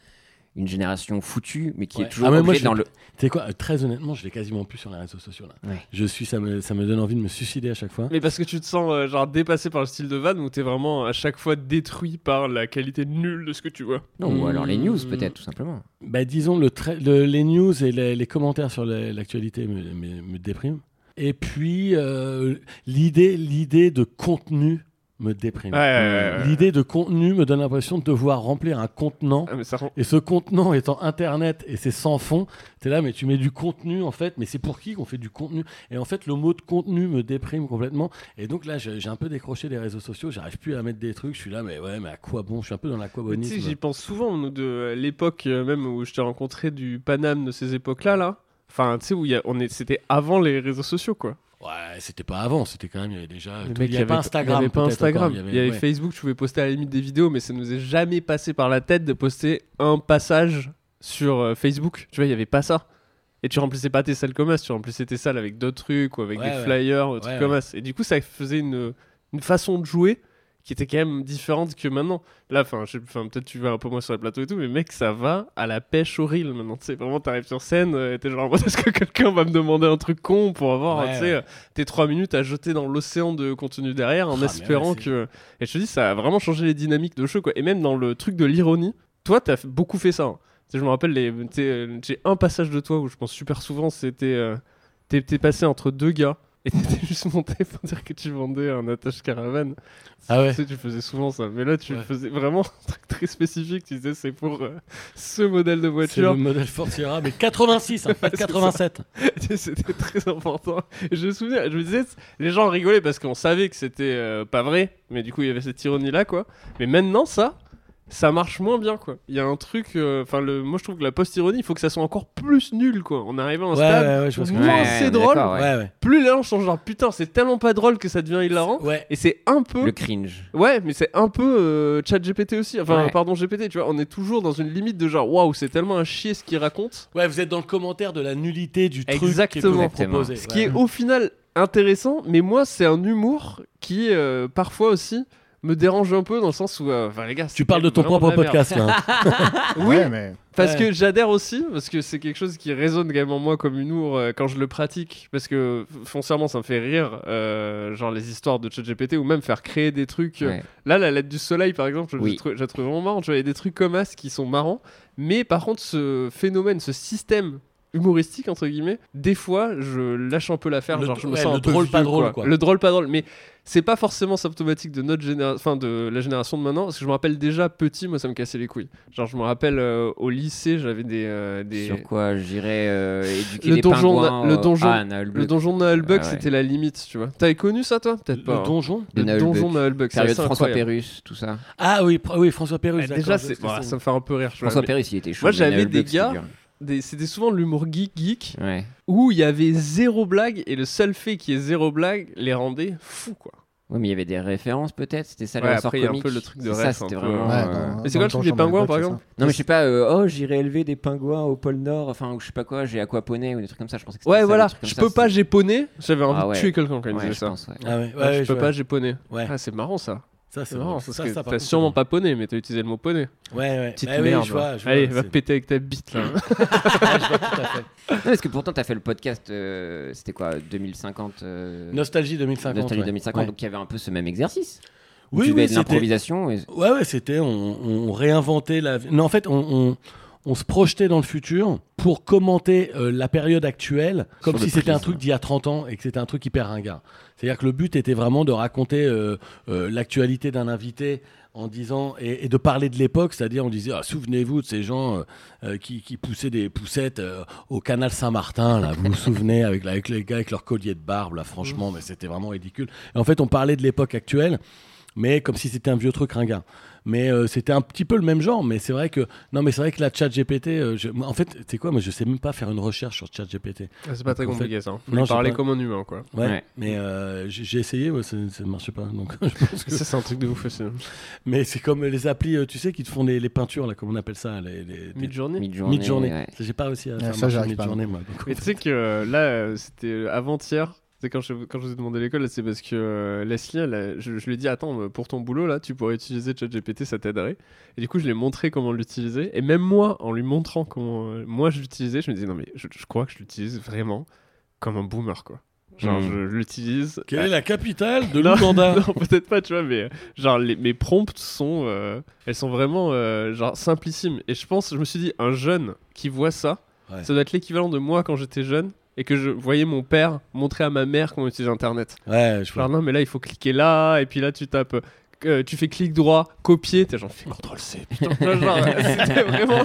une génération foutue, mais qui
Ouais.
est toujours
Ah, mais moi,
obligée
je-
dans le.
Tu sais quoi, euh, très honnêtement, je l'ai quasiment plus sur les réseaux sociaux là.
Ouais.
Je suis, ça me, ça me donne envie de me suicider à chaque fois.
Mais parce que tu te sens euh, genre dépassé par le style de van où t'es vraiment à chaque fois détruit par la qualité nulle de ce que tu vois.
Non, ou alors les news,
Hmm.
Mmh.
peut-être, tout simplement.
Bah, disons, le tra- le- les news et les, les commentaires sur la- l'actualité me, me, me dépriment. Et puis, euh, l'idée l'idée de contenu me déprime.
Ouais, ouais, ouais, ouais.
L'idée de contenu me donne l'impression de devoir remplir un contenant
Ah, mais ça rend-
Et ce contenant étant internet et c'est sans fond, t'es là, mais tu mets du contenu en fait, mais c'est pour qui qu'on fait du contenu Et en fait, le mot de contenu me déprime complètement. Et donc là, j'ai j'ai un peu décroché des réseaux sociaux, j'arrive plus à mettre des trucs, je suis là, mais ouais, mais à quoi bon Je suis un peu dans
Mais Tu sais,
l'aquabonisme.
j'y pense souvent, nous, de euh, l'époque euh, même où je t'ai rencontré du Paname de ces époques-là, là. Enfin, tu sais, où il y a- on est- c'était avant les réseaux sociaux, quoi.
Ouais, c'était pas avant, c'était quand même, il y avait déjà.
Le
tout-
mec,
il y avait pas Instagram.
Il y avait pas
peut-être
Instagram.
encore,
Il y avait
ouais.
Facebook, tu pouvais poster à la limite des vidéos, mais ça nous est jamais passé par la tête de poster un passage sur euh, Facebook. Tu vois, il y avait pas ça. Et tu remplissais pas tes salles comme as, tu remplissais tes salles avec d'autres trucs ou avec
Ouais,
des
ouais.
flyers, ou des
Ouais,
trucs
ouais.
comme as. Et du coup, ça faisait une, une façon de jouer qui était quand même différente que maintenant. Là, enfin, je- enfin, peut-être tu vas un peu moins sur les plateaux et tout, mais mec, ça va à la pèche au reel maintenant. Tu sais, vraiment, t'arrives sur scène, euh, et t'es genre, en mode, est-ce que quelqu'un va me demander un truc con pour avoir,
Ouais,
tu sais,
ouais.
euh, tes trois minutes à jeter dans l'océan de contenu derrière en
Ah, mais
espérant
ouais, c'est-
que. Et je te dis, ça a vraiment changé les dynamiques de show, quoi. Et même dans le truc de l'ironie, toi, t'as fait- beaucoup fait ça. hein. Tu sais, Je me rappelle, les... t'es, euh, j'ai un passage de toi où je pense super souvent, c'était. euh, T'es t'es passé entre deux gars. Et t'étais juste monté pour dire que tu vendais un attache caravane.
Ah ouais.
Tu sais, tu faisais souvent ça. Mais là, tu
Ouais.
faisais vraiment un truc très spécifique. Tu disais, c'est pour euh, ce modèle de
C'est le
voiture.
modèle Ford Sierra, mais 86, hein, pas
Ouais,
de
c'est ça.
87.
c'était très important. Et je me souviens, je me disais, les gens rigolaient parce qu'on savait que c'était euh, pas vrai. Mais du coup, il y avait cette ironie-là, quoi. Mais maintenant, ça, ça marche moins bien, quoi. Il y a un truc. euh, Enfin, le moi, je trouve que la post-ironie, il faut que ça soit encore plus nul, quoi. On arrive à un
Ouais,
stade.
ouais, ouais, je vois ce que tu veux
moins
Ouais,
c'est
ouais,
drôle,
d'accord,
dire.
ouais.
Ouais, ouais.
plus les gens sont genre putain, c'est tellement pas drôle que ça devient hilarant.
Ouais.
Et c'est un peu.
Le cringe.
Ouais, mais c'est un peu euh, chat GPT aussi. Enfin,
Ouais.
pardon, GPT, tu vois. On est toujours dans une limite de genre, waouh, c'est tellement un chier ce qu'il raconte.
Ouais, vous êtes dans le commentaire de la nullité du truc
Exactement.
qui est proposé.
Ce qui est au final intéressant, mais moi, c'est un humour qui, euh, parfois aussi, me dérange un peu dans le sens où. euh, Enfin, les gars,
Tu parles de ton
vraiment
propre
la merde.
podcast là. hein.
Oui,
Ouais, mais
Parce
Ouais.
que j'adhère aussi, parce que c'est quelque chose qui résonne quand même en moi comme humour euh, quand je le pratique, parce que f- foncièrement ça me fait rire, euh, genre les histoires de ChatGPT ou même faire créer des trucs. euh,
Ouais.
Là, la lettre du soleil par exemple, je
Oui.
la trouve- je la trouve vraiment marrante. Tu vois, il y a des trucs comme as qui sont marrants, mais par contre ce phénomène, ce système humoristique entre guillemets, des fois je lâche un peu l'affaire,
Le-
genre je me
ouais,
sens
le
un peu
drôle pas
vieux,
drôle, quoi.
Le drôle pas drôle, mais c'est pas forcément symptomatique de notre génération, enfin de la génération de maintenant, parce que je me rappelle déjà petit, moi ça me cassait les couilles. Genre je me rappelle euh, au lycée, j'avais des, euh, des-
Sur quoi j'irais euh, éduquer
Le
les
donjon
pingouins,
na- le
euh,
donjon-
ah, Naël
le
Bleu.
donjon de Noël Buck,
Ah ouais.
c'était la limite, tu vois. T'avais connu ça toi, peut-être
Le
pas. hein.
donjon
de
le
Noël
donjon
Buck.
de Noël Buck, c'est
Sérieux,
assez
François
incroyable.
Pérus, tout ça.
Ah oui, pr- oui, François Pérus.
Eh,
d'accord,
déjà,
je vois
c'est,
ce que
voilà, ça me fait un peu rire. je
François
vois, mais
Pérus, il était chaud.
Moi,
mais
j'avais
Naël
des
Bleu, c'était
gars-
dur.
des- C'était souvent l'humour geek geek
Ouais.
où il y avait zéro blague et le seul fait qu'il y ait zéro blague les rendait fous quoi.
Ouais, mais il y avait des références peut-être, c'était ça
Ouais,
le ressort
après, il y a un
comique.
peu le truc de
C'est Ça,
ref,
c'était
un peu.
vraiment.
Ouais, dans-
Ah,
euh,
Mais c'est
dans
quoi
le
le truc des
donjon de
pingouins,
Noël,
par
c'est
exemple
Non, mais je sais pas, euh, oh, j'irai élever des pingouins au pôle Nord, enfin, ou je sais pas quoi, j'ai Aquaponé ou des trucs comme ça, je pense que c'était
Ouais
ça,
voilà,
des trucs comme
je
ça,
peux pas
c'était-
j'ai poney, j'avais envie
Ah ouais.
de tuer quelqu'un quand il
Ouais,
disait
je
ça.
pense, ouais.
Ah ouais, ouais,
Ah, je
ouais,
peux
vois.
pas j'ai poney.
Ouais.
Ah, c'est marrant ça.
Ça,
C'est marrant parce
ça,
que
ça, par
t'as
contre,
sûrement pas poney mais t'as utilisé le mot poney.
c'est bon. Ouais, ouais.
Petite
Bah oui,
merde. hein.
je vois, je vois,
Allez, va
c'est-
péter avec ta bite là.
Non, parce que pourtant, t'as fait le podcast, euh, c'était quoi, 2050 euh,
Nostalgie 2050.
Nostalgie
ouais.
2050,
Ouais.
donc il y avait un peu ce même exercice. où
Oui,
tu
oui,
faisais de
c'était.
l'improvisation. et-
Ouais, ouais, c'était. On, on réinventait la. vie. Non, en fait, on, on, on se projetait dans le futur pour commenter euh, la période actuelle comme
Sur
si
le
c'était un
prisme.
truc d'il y a 30 ans et que c'était un truc hyper ringard. C'est-à-dire que le but était vraiment de raconter euh, euh, l'actualité d'un invité en disant et, et de parler de l'époque, c'est-à-dire on disait ah, souvenez-vous de ces gens euh, euh, qui, qui poussaient des poussettes euh, au canal Saint-Martin là, vous vous souvenez avec, la- avec les gars avec leur collier de barbe là, franchement
Mmh.
mais c'était vraiment ridicule. Et en fait on parlait de l'époque actuelle, mais comme si c'était un vieux truc ringard. Mais euh, c'était un petit peu le même genre, mais c'est vrai que non mais c'est vrai que la chat GPT, en fait c'est quoi, moi je sais même pas faire une recherche sur chat GPT.
C'est pas très compliqué ça. Faut
Non,
lui
c'est
parler
pas-
comme un humain quoi.
Ouais,
Ouais.
mais euh, j'ai j'ai essayé, ouais, ça ne marchait pas. Donc, je pense que-
Ça c'est un truc de ouf aussi.
Mais c'est comme les applis, euh, tu sais, qui te font les, les peintures, là, comment on appelle ça les, les, des-
Mid-journée.
Mid-journée.
Mid-journée.
ouais.
Ça, J'ai pas réussi à
Ah,
faire
ça,
marcher
j'arrive pas,
mid-journée, moi. donc,
Mais tu sais que euh, là, euh, c'était avant-hier. C'est quand je, quand je vous ai demandé l'école, là, c'est parce que euh, Leslie, elle, euh, je, je lui ai dit Attends, euh, pour ton boulot, là, tu pourrais utiliser ChatGPT, ça t'aiderait. Et du coup, je lui ai montré comment l'utiliser. Et même moi, en lui montrant comment euh, moi je l'utilisais, je me disais Non, mais je, je crois que je l'utilise vraiment comme un boomer, quoi. Genre,
Mm.
je l'utilise.
Quelle est la capitale de
Non,
l'Ouganda
Non, peut-être pas, tu vois, mais euh, genre les, mes prompts sont, euh, elles sont vraiment euh, genre simplissimes. Et je pense, je me suis dit, un jeune qui voit ça,
Ouais.
ça doit être l'équivalent de moi quand j'étais jeune et que je voyais mon père montrer à ma mère comment utiliser Internet.
Ouais, je vois.
Genre non, mais là il faut cliquer là et puis là tu tapes. euh, tu fais clic droit, copier, t'es genre fais CTRL C, putain, tu vois, genre, c'était vraiment,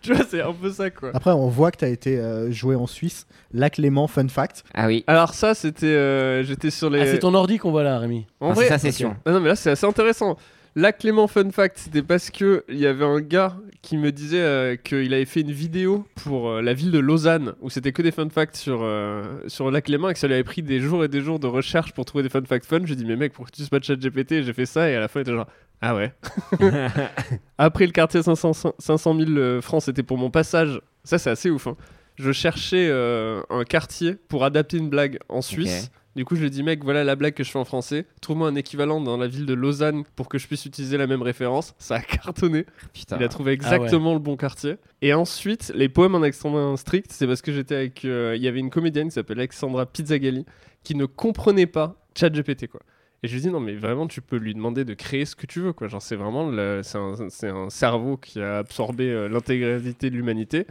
tu vois, c'est un peu ça quoi.
Après, on voit que t'as été euh, joué en Suisse. Là, Clément, fun fact.
Ah oui,
Alors ça, c'était, euh, j'étais sur les,
Ah, c'est ton ordi qu'on voit là, Rémi.
en
Enfin,
vrai,
c'est sa session.
Ah non, mais là, c'est assez intéressant. Là, Clément, fun fact, c'était parce que il y avait un gars qui me disait euh, qu'il avait fait une vidéo pour euh, la ville de Lausanne où c'était que des fun facts sur, euh, sur la Clément et que ça lui avait pris des jours et des jours de recherche pour trouver des fun facts fun. J'ai dit, mais mec, pourquoi tu sais pas de chat GPT J'ai fait ça et à la fin, il était genre, ah ouais. Après le quartier 500, 500 000 euh, francs, c'était pour mon passage. Ça, c'est assez ouf. hein. Je cherchais euh, un quartier pour adapter une blague en Suisse. Du coup, je lui ai dit, mec, voilà la blague que je fais en français. Trouve-moi un équivalent dans la ville de Lausanne pour que je puisse utiliser la même référence. Ça a cartonné.
Putain.
Il a trouvé exactement le bon quartier. Et ensuite, les poèmes en extrêmement strict, c'est parce que j'étais avec. euh, Il y avait une comédienne qui s'appelle Alexandra Pizzagalli qui ne comprenait pas ChatGPT, quoi. Et je lui dis non, mais vraiment, tu peux lui demander de créer ce que tu veux, quoi. Genre, c'est vraiment. le- C'est un, c'est un cerveau qui a absorbé euh, l'intégralité de l'humanité.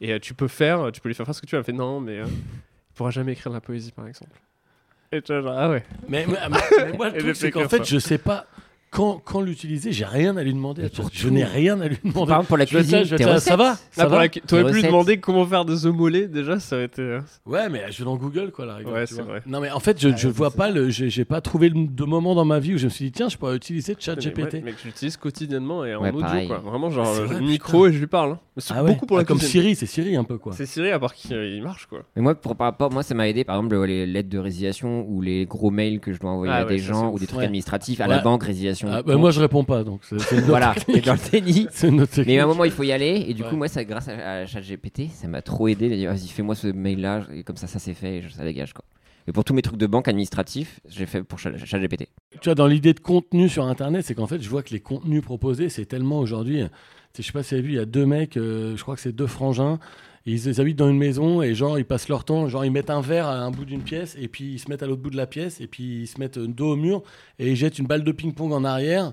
Et euh, tu peux faire. Tu peux lui faire faire ce que tu veux. Elle fait non, mais. euh, il pourra jamais écrire de la poésie, par exemple. Et tu vois, genre, ah ouais.
Mais, mais- mais- mais moi,
Et
le
le
truc, c'est
fait
qu'en
que ça.
fait, je sais pas quand, quand l'utiliser. J'ai rien à lui demander. Je n'ai rien à lui demander.
Par exemple, pour la
Je vais te
cuisine,
dire, je vais
tes
te dire, ça va
recettes.
Ça
Là, Ah, pour
va
la- T'aurais pu lui
Recette.
demander comment faire des œufs mollets, déjà, ça aurait été. euh,
Ouais, mais je vais dans Google, quoi, là.
Ouais, c'est vrai.
Non, mais en fait, je, je
Ouais,
vois
c'est
pas, le, j'ai, j'ai pas trouvé le- de moment dans ma vie où je me suis dit, tiens, je pourrais utiliser
Mais ouais,
ChatGPT.
Mais que j'utilise quotidiennement et en
Ouais,
audio,
pareil.
quoi. Vraiment, genre,
Ah, c'est
euh,
vrai,
micro et je lui parle. hein. Mais c'est
Ah ouais.
beaucoup pour la
Ah, Comme
cuisine.
Siri, c'est Siri un peu, quoi.
C'est Siri, à part qu'il euh, il marche, quoi.
Mais moi, pour, par rapport, moi, ça m'a aidé, par exemple, le- les lettres de résiliation ou les gros mails que je dois envoyer
Ah
à
ouais,
des
ça,
gens
c'est
ou des trucs
Ouais.
administratifs à
Ouais.
la banque, résiliation.
Ah,
compte.
bah, moi, je réponds pas, donc c'est, c'est une autre
voilà, et
technique.
dans le tennis.
C'est une autre
Mais
technique.
à un moment, il faut y aller. Et du
Ouais.
coup, moi, ça, grâce à, à ChatGPT, ça m'a trop aidé. de dire, Vas-y, fais-moi ce mail-là. Et comme ça, ça s'est fait. Et je- ça dégage, quoi. Et pour tous mes trucs de banque administratifs, j'ai fait pour Chat- ChatGPT.
Tu vois, dans l'idée de contenu sur Internet, c'est qu'en fait, je vois que les contenus proposés, c'est tellement aujourd'hui. Tu sais, Je sais pas si vous avez vu, il y a deux mecs, euh, je crois que c'est deux frangins. et Ils, ils habitent dans une maison et genre ils passent leur temps, genre ils mettent un verre à un bout d'une pièce et puis ils se mettent à l'autre bout de la pièce et puis ils se mettent euh, dos au mur et ils jettent une balle de ping-pong en arrière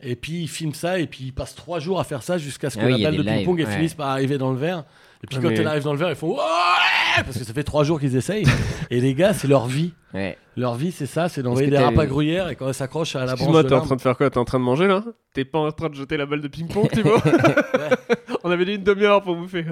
et puis ils filment ça et puis ils passent trois jours à faire ça jusqu'à ce que
Ah oui, il
la
y a
balle de
des lives,
ping-pong elle
ouais.
finisse par arriver dans le verre. Et puis
Ah,
quand
mais-
elle arrive dans le verre, ils font ouais parce que ça fait trois jours qu'ils essayent et les gars c'est leur vie.
Ouais.
Leur vie, c'est ça, c'est d'envoyer
que
des
t'as
repas
eu-
gruyères et quand elles s'accrochent à la branche
Excuse-moi,
de
t'es en
l'arbre.
train de faire quoi T'es en train de manger, là T'es pas en train de jeter la balle de ping-pong, Thibaut On avait dit une demi-heure pour bouffer.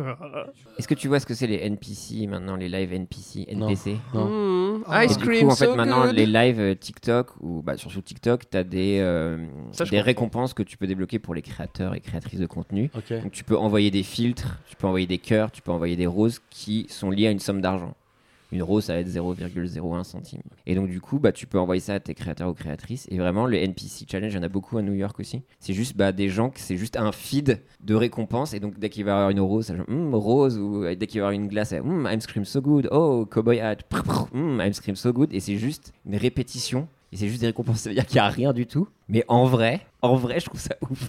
Est-ce que tu vois ce que c'est les NPC maintenant, les lives NPC,
Non.
NPC
Non.
Mmh,
Ah.
Et
ice
du
cream,
coup, en fait,
so
maintenant,
good.
les lives euh, TikTok, ou bah, surtout TikTok, tu as des, euh,
Ça, je
des
comprends.
récompenses que tu peux débloquer pour les créateurs et créatrices de contenu.
Ok.
Donc, tu peux envoyer des filtres, tu peux envoyer des cœurs, tu peux envoyer des roses qui sont liées à une somme d'argent. Une rose, ça va être 0,01 centime. Et donc, du coup, bah, tu peux envoyer ça à tes créateurs ou créatrices. Et vraiment, le NPC Challenge, il y en a beaucoup à New York aussi. C'est juste bah, des gens, que c'est juste un feed de récompenses. Et donc, dès qu'il va y avoir une rose, ça va Hum, rose, ou euh, dès qu'il va y avoir une glace, ça, Hum, I'm scream so good, oh, cowboy hat, Prr, prr. Hum, I'm scream so good. Et c'est juste une répétition. Et c'est juste des récompenses. Ça veut dire qu'il n'y a rien du tout. Mais en vrai, en vrai, je trouve ça ouf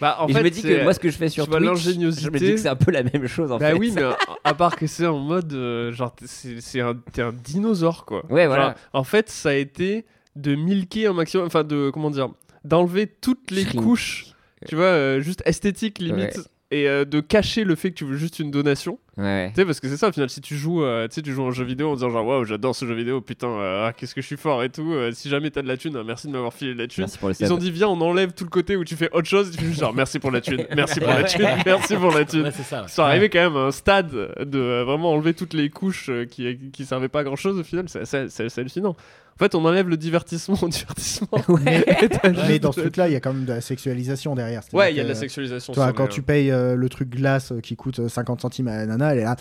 Bah, en
et
fait,
je me dis
c'est-
que moi, ce que je fais sur
tu vois,
Twitch, je me
l'ingéniosité-
dis que c'est un peu la même chose en
Bah
fait.
oui, mais à- à part que c'est en mode. euh, genre, t'es- c'est c'est un, t'es un dinosaure, quoi.
Ouais,
Genre,
voilà.
en fait, ça a été de milquer un maximum. Enfin, de. Comment dire D'enlever toutes les
Shrink.
couches, tu vois, euh, juste esthétique limite. Et euh, de cacher le fait que tu veux juste une donation.
Ouais, ouais.
Tu sais, parce que c'est ça, au final, si tu joues, euh, tu sais, tu joues en jeu vidéo en disant genre, waouh, j'adore ce jeu vidéo, putain, euh, ah, qu'est-ce que je suis fort et tout. euh, si jamais t'as de la thune, euh, merci de m'avoir filé de la thune.
Merci pour le
Ils ont
sub.
dit, viens, on enlève tout le côté où tu fais autre chose. Et tu fais juste genre, merci pour la thune, merci pour la thune, merci pour la thune.
Ouais, c'est ça. ouais.
Ils sont arrivés quand même à un stade de euh, vraiment enlever toutes les couches euh, qui, qui servaient pas à grand chose au final, c'est- c'est c'est- c'est hallucinant. En fait, on enlève le divertissement au divertissement.
Ouais.
Et t'as
Mais
juste-
dans ce truc-là, il y a quand même de la sexualisation derrière. C'est-à-dire
Ouais, il y a de
euh,
que,
la sexualisation.
Toi,
ça,
quand
mais,
tu payes euh, le truc glace euh, qui coûte euh, 50 centimes à la nana, elle est là.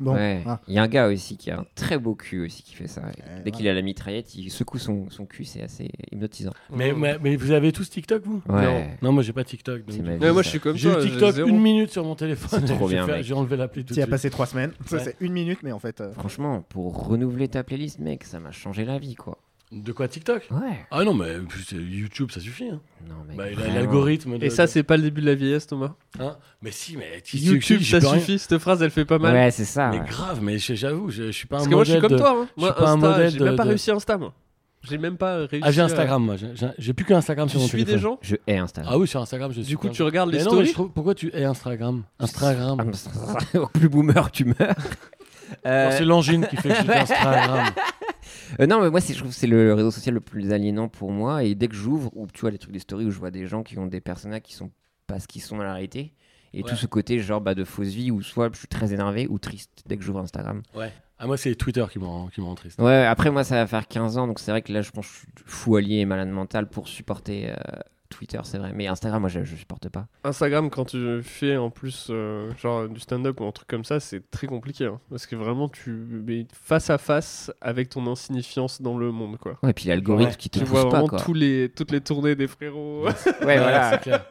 Bon,
Ouais.
ah.
Il y a un gars aussi qui a un très beau cul aussi qui fait ça.
Ouais,
Dès qu'il a la mitraillette, il secoue son, son cul, c'est assez hypnotisant.
euh,
Mais, mais, mais vous avez tous TikTok, vous
Ouais.
Non, moi j'ai pas TikTok. donc-
C'est ma vie,
Ouais, moi, je
ça.
suis comme
J'ai
toi.
eu TikTok
zéro.
une minute sur mon téléphone.
C'est trop
J'ai
bien,
fait-
mec.
J'ai enlevé l'appli tout de
tu y as
suite.
passé 3 semaines. Ça,
Ouais.
c'est une minute, mais en fait. euh,
Franchement, pour renouveler ta playlist, mec, ça m'a changé la vie, quoi.
De quoi TikTok
Ouais.
Ah non, mais puis c'est YouTube, ça suffit. hein.
Non, mec,
Bah, il a
vraiment.
L'algorithme. de-
Et ça,
de-
c'est pas le début de la vieillesse, Thomas.
hein. mais si, mais tu-
YouTube,
tu- j'y
ça
peux rien.
suffit. Cette phrase, elle fait pas mal.
Ouais, c'est ça.
Mais
ouais.
grave, mais je- j'avoue, je, je suis pas un
Parce que moi, je suis comme
modèle de- Ah,
toi. hein.
je
Moi,
suis pas un
Insta,
modèle
j'ai
de-
même pas
de-
réussi Insta, moi. J'ai même pas réussi.
Ah, j'ai
à-
Instagram, moi. j'ai- j'ai- J'ai plus que Instagram
euh, Tu
sur mon
suis des
téléphone.
gens.
Je hais Instagram.
Ah oui, sur Instagram, je suis.
Du coup,
plein de
tu
gens.
regardes les
Mais non, mais je
stories.
trouve- pourquoi tu hais Instagram Instagram.
Au plus boomer, tu meurs. Euh,
Non, C'est l'angine qui fait que je dis Instagram.
Euh, non, mais moi, c'est- je trouve que c'est le réseau social le plus aliénant pour moi. Et dès que j'ouvre, ou tu vois les trucs des stories où je vois des gens qui ont des personnages qui sont pas ce qu'ils sont dans la réalité. Et
Ouais.
tout ce côté, genre, bah, de fausse vie, où soit je suis très énervé ou triste dès que j'ouvre Instagram.
Ouais. Ah, moi, c'est Twitter qui me rend, qui me rend triste.
Ouais, après moi ça va faire 15 ans, donc c'est vrai que là je pense que je suis fou allié et malade mental pour supporter euh, Twitter, c'est vrai. Mais Instagram, moi je, je supporte pas.
Instagram, quand tu fais en plus euh, genre du stand-up ou un truc comme ça, c'est très compliqué. hein. parce que vraiment, tu es face à face avec ton insignifiance dans le monde, quoi.
Ouais, et puis l'algorithme
Ouais,
qui te
Tu
pousse
vois
pas
vraiment
quoi.
tous les, toutes les tournées des frérots.
Ouais,
c'est
voilà.
clair.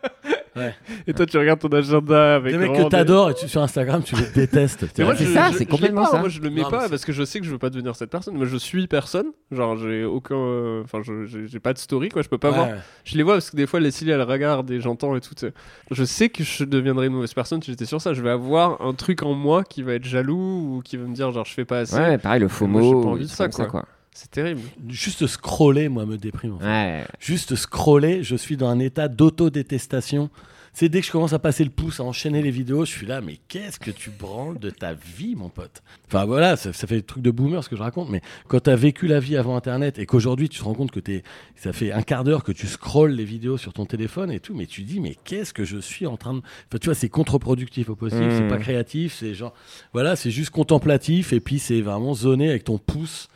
Et toi, tu regardes ton agenda avec.
Les mecs
vraiment
que
des-
t'adores et tu- sur Instagram, tu les détestes.
Mais
T'es
moi,
là,
c'est
je-
ça,
je-
c'est
je l'ai
complètement
pas,
ça.
Moi, je le mets
Non, mais
pas
c'est-
parce que je sais que je veux pas devenir cette personne. Moi, je suis personne. Genre, j'ai aucun. euh, Enfin, je- j'ai j'ai pas de story, quoi. Je peux pas
ouais.
voir. Je les vois parce que des fois, Leslie, elle regarde et j'entends et tout. tu sais. Je sais que je deviendrai une mauvaise personne si j'étais sur ça. Je vais avoir un truc en moi qui va être jaloux ou qui va me dire, genre, je fais pas assez.
Ouais, pareil le
Moi, j'ai pas
FOMO,
envie
des
de
trucs
ça,
comme ça quoi.
C'est terrible.
Juste scroller, moi, me déprime. en fait.
Ouais.
Juste scroller, je suis dans un état d'autodétestation. C'est dès que je commence à passer le pouce, à enchaîner les vidéos, je suis là, mais qu'est-ce que tu branles de ta vie, mon pote Enfin voilà, ça, ça fait des trucs de boomer ce que je raconte, mais quand t'as vécu la vie avant Internet et qu'aujourd'hui tu te rends compte que t'es, ça fait un quart d'heure que tu scrolles les vidéos sur ton téléphone et tout, mais tu dis, mais qu'est-ce que je suis en train de... Enfin, tu vois, c'est contre-productif au possible,
Mmh.
c'est pas créatif, c'est genre... Voilà, c'est juste contemplatif et puis c'est vraiment zoné avec ton pouce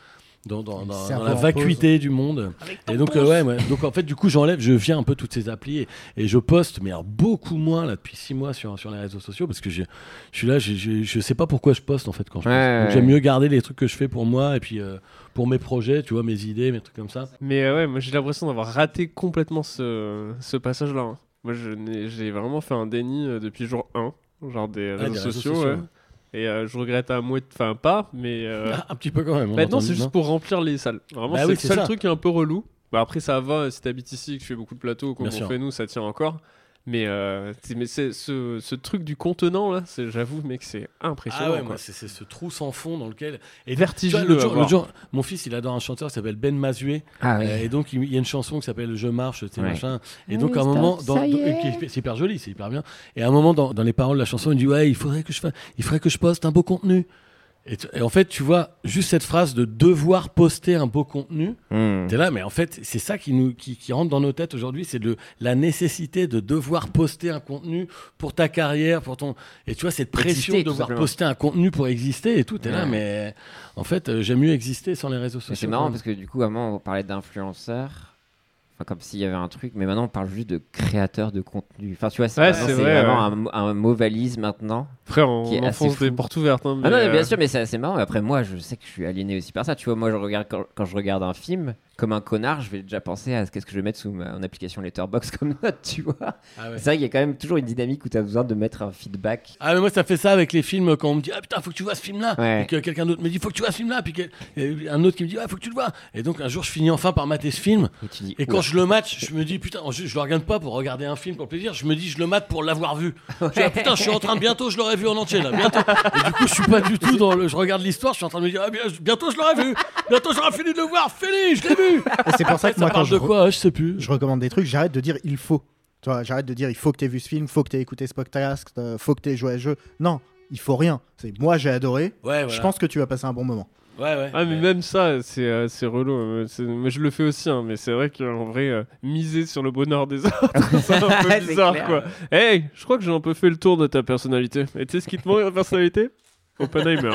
dans, dans-
Le
dans-
cerveau
dans la
en pause.
vacuité du monde. Et donc, euh, ouais, ouais. donc en fait, du coup, j'enlève, je viens un peu toutes ces applis et, et je poste, mais alors beaucoup moins là depuis six mois sur, sur les réseaux sociaux parce que j'ai- je suis là, j'ai- j'ai- je sais pas pourquoi je poste en fait quand je poste.
Ouais,
Donc,
ouais.
J'aime mieux garder les trucs que je fais pour moi et puis euh, pour mes projets, tu vois, mes idées, mes trucs comme ça.
Mais euh, ouais, moi j'ai l'impression d'avoir raté complètement ce, ce passage-là. hein. Moi je n'ai- j'ai vraiment fait un déni euh, depuis jour 1, genre Ah, des réseaux,
Ouais, Ah, des
sociaux. ouais. Et euh, je regrette à moitié, enfin pas, mais. euh,
Ah, un petit peu quand même. on
maintenant
entend-
c'est juste
non
pour remplir les salles. Vraiment,
Bah
c'est
oui,
le
c'est
seul
ça.
truc qui est un peu relou. Bah, après ça va, si t'habites ici, que tu fais beaucoup de plateaux, comme
Bien
on
sûr.
fait nous, ça tient encore. Mais, euh, c'est- mais c'est ce, ce truc du contenant là, c'est- j'avoue, mec, c'est impressionnant.
Ah ouais,
quoi.
moi, c'est c'est ce trou sans fond dans lequel. Et
Vertigineux
tu vois,
à
Le jour,
voir.
le jour- mon fils, il adore un chanteur qui s'appelle Ben Mazué.
Ah
Euh,
ouais.
Et donc, il il y a une chanson qui s'appelle Je marche, tu sais,
Ouais.
machin. Et
Ah Oui,
donc, à un
stop,
moment, dans-
ça y
dans-
est.
qui est hyper- c'est hyper joli, c'est hyper bien. Et à un moment, dans, dans les paroles de la chanson, il dit Ouais, il faudrait que je, fasse, il faudrait que je poste un beau contenu. Et, tu- et en fait, tu vois, juste cette phrase de devoir poster un beau contenu,
Hmm.
t'es là, mais en fait, c'est ça qui, nous, qui, qui rentre dans nos têtes aujourd'hui, c'est de la nécessité de devoir poster un contenu pour ta carrière, pour ton. Et tu vois, cette pression de
Exister, tout
devoir
simplement.
poster un contenu pour exister et tout, t'es là,
Ouais.
mais en fait, euh, j'aime mieux exister sans les réseaux
Mais
sociaux.
C'est marrant parce que du coup, avant on parlait d'influenceurs. Enfin, comme s'il y avait un truc, mais maintenant on parle juste de créateur de contenu. Enfin, tu vois, c'est
Ouais,
vraiment,
c'est
c'est
vrai,
vraiment un, un mot valise maintenant.
Frère, on,
Qui est assez
enfonce des
fou.
portes ouvertes. hein,
Ah non, mais
euh,
bien sûr, mais c'est assez marrant. Après, moi, je sais que je suis aliéné aussi par ça. Tu vois, moi, je regarde quand, quand je regarde un film, comme un connard, je vais déjà penser à ce qu'est-ce que je vais mettre sous ma, en application Letterbox comme note, tu vois.
Ah ouais.
C'est vrai qu'il y a quand même toujours une dynamique où tu as besoin de mettre un feedback.
Ah mais moi ça fait ça avec les films quand on me dit ah putain faut que tu vois ce film là
Ouais.
et que quelqu'un d'autre me dit faut que tu vois ce film là puis que- et un autre qui me dit ah faut que tu le vois et donc un jour je finis enfin par mater ce film
Et tu dis.
et quand je le match je me dis putain je, je le regarde pas pour regarder un film pour le plaisir je me dis je le mate pour l'avoir vu Je dis, ah, putain je suis en train de bientôt je l'aurai vu en entier là bientôt et du coup je suis pas du tout dans le je regarde l'histoire je suis en train de me dire ah, bien- bientôt je l'aurai vu bientôt j'aurai fini de le voir fini je l'ai vu
Et c'est pour ça que
ça
moi, quand
parle
je,
de
re-
quoi Ah, je sais plus
je recommande des trucs, j'arrête de dire il faut. Tu vois, j'arrête de dire il faut que t'aies vu ce film, faut que t'aies écouté ce podcast, euh, faut que t'aies joué à ce jeu. Non, il faut rien. C'est moi, j'ai adoré.
ouais voilà.
Je pense que tu vas passer un bon moment.
ouais ouais
Ah mais même ça c'est euh, c'est relou. euh, c'est- Moi je le fais aussi hein, mais c'est vrai qu'en vrai euh, miser sur le bonheur des autres c'est un peu
C'est
bizarre
clair.
quoi. Hey je crois que j'ai un peu fait le tour de ta personnalité. Et tu sais ce qui te manque la personnalité Oppenheimer.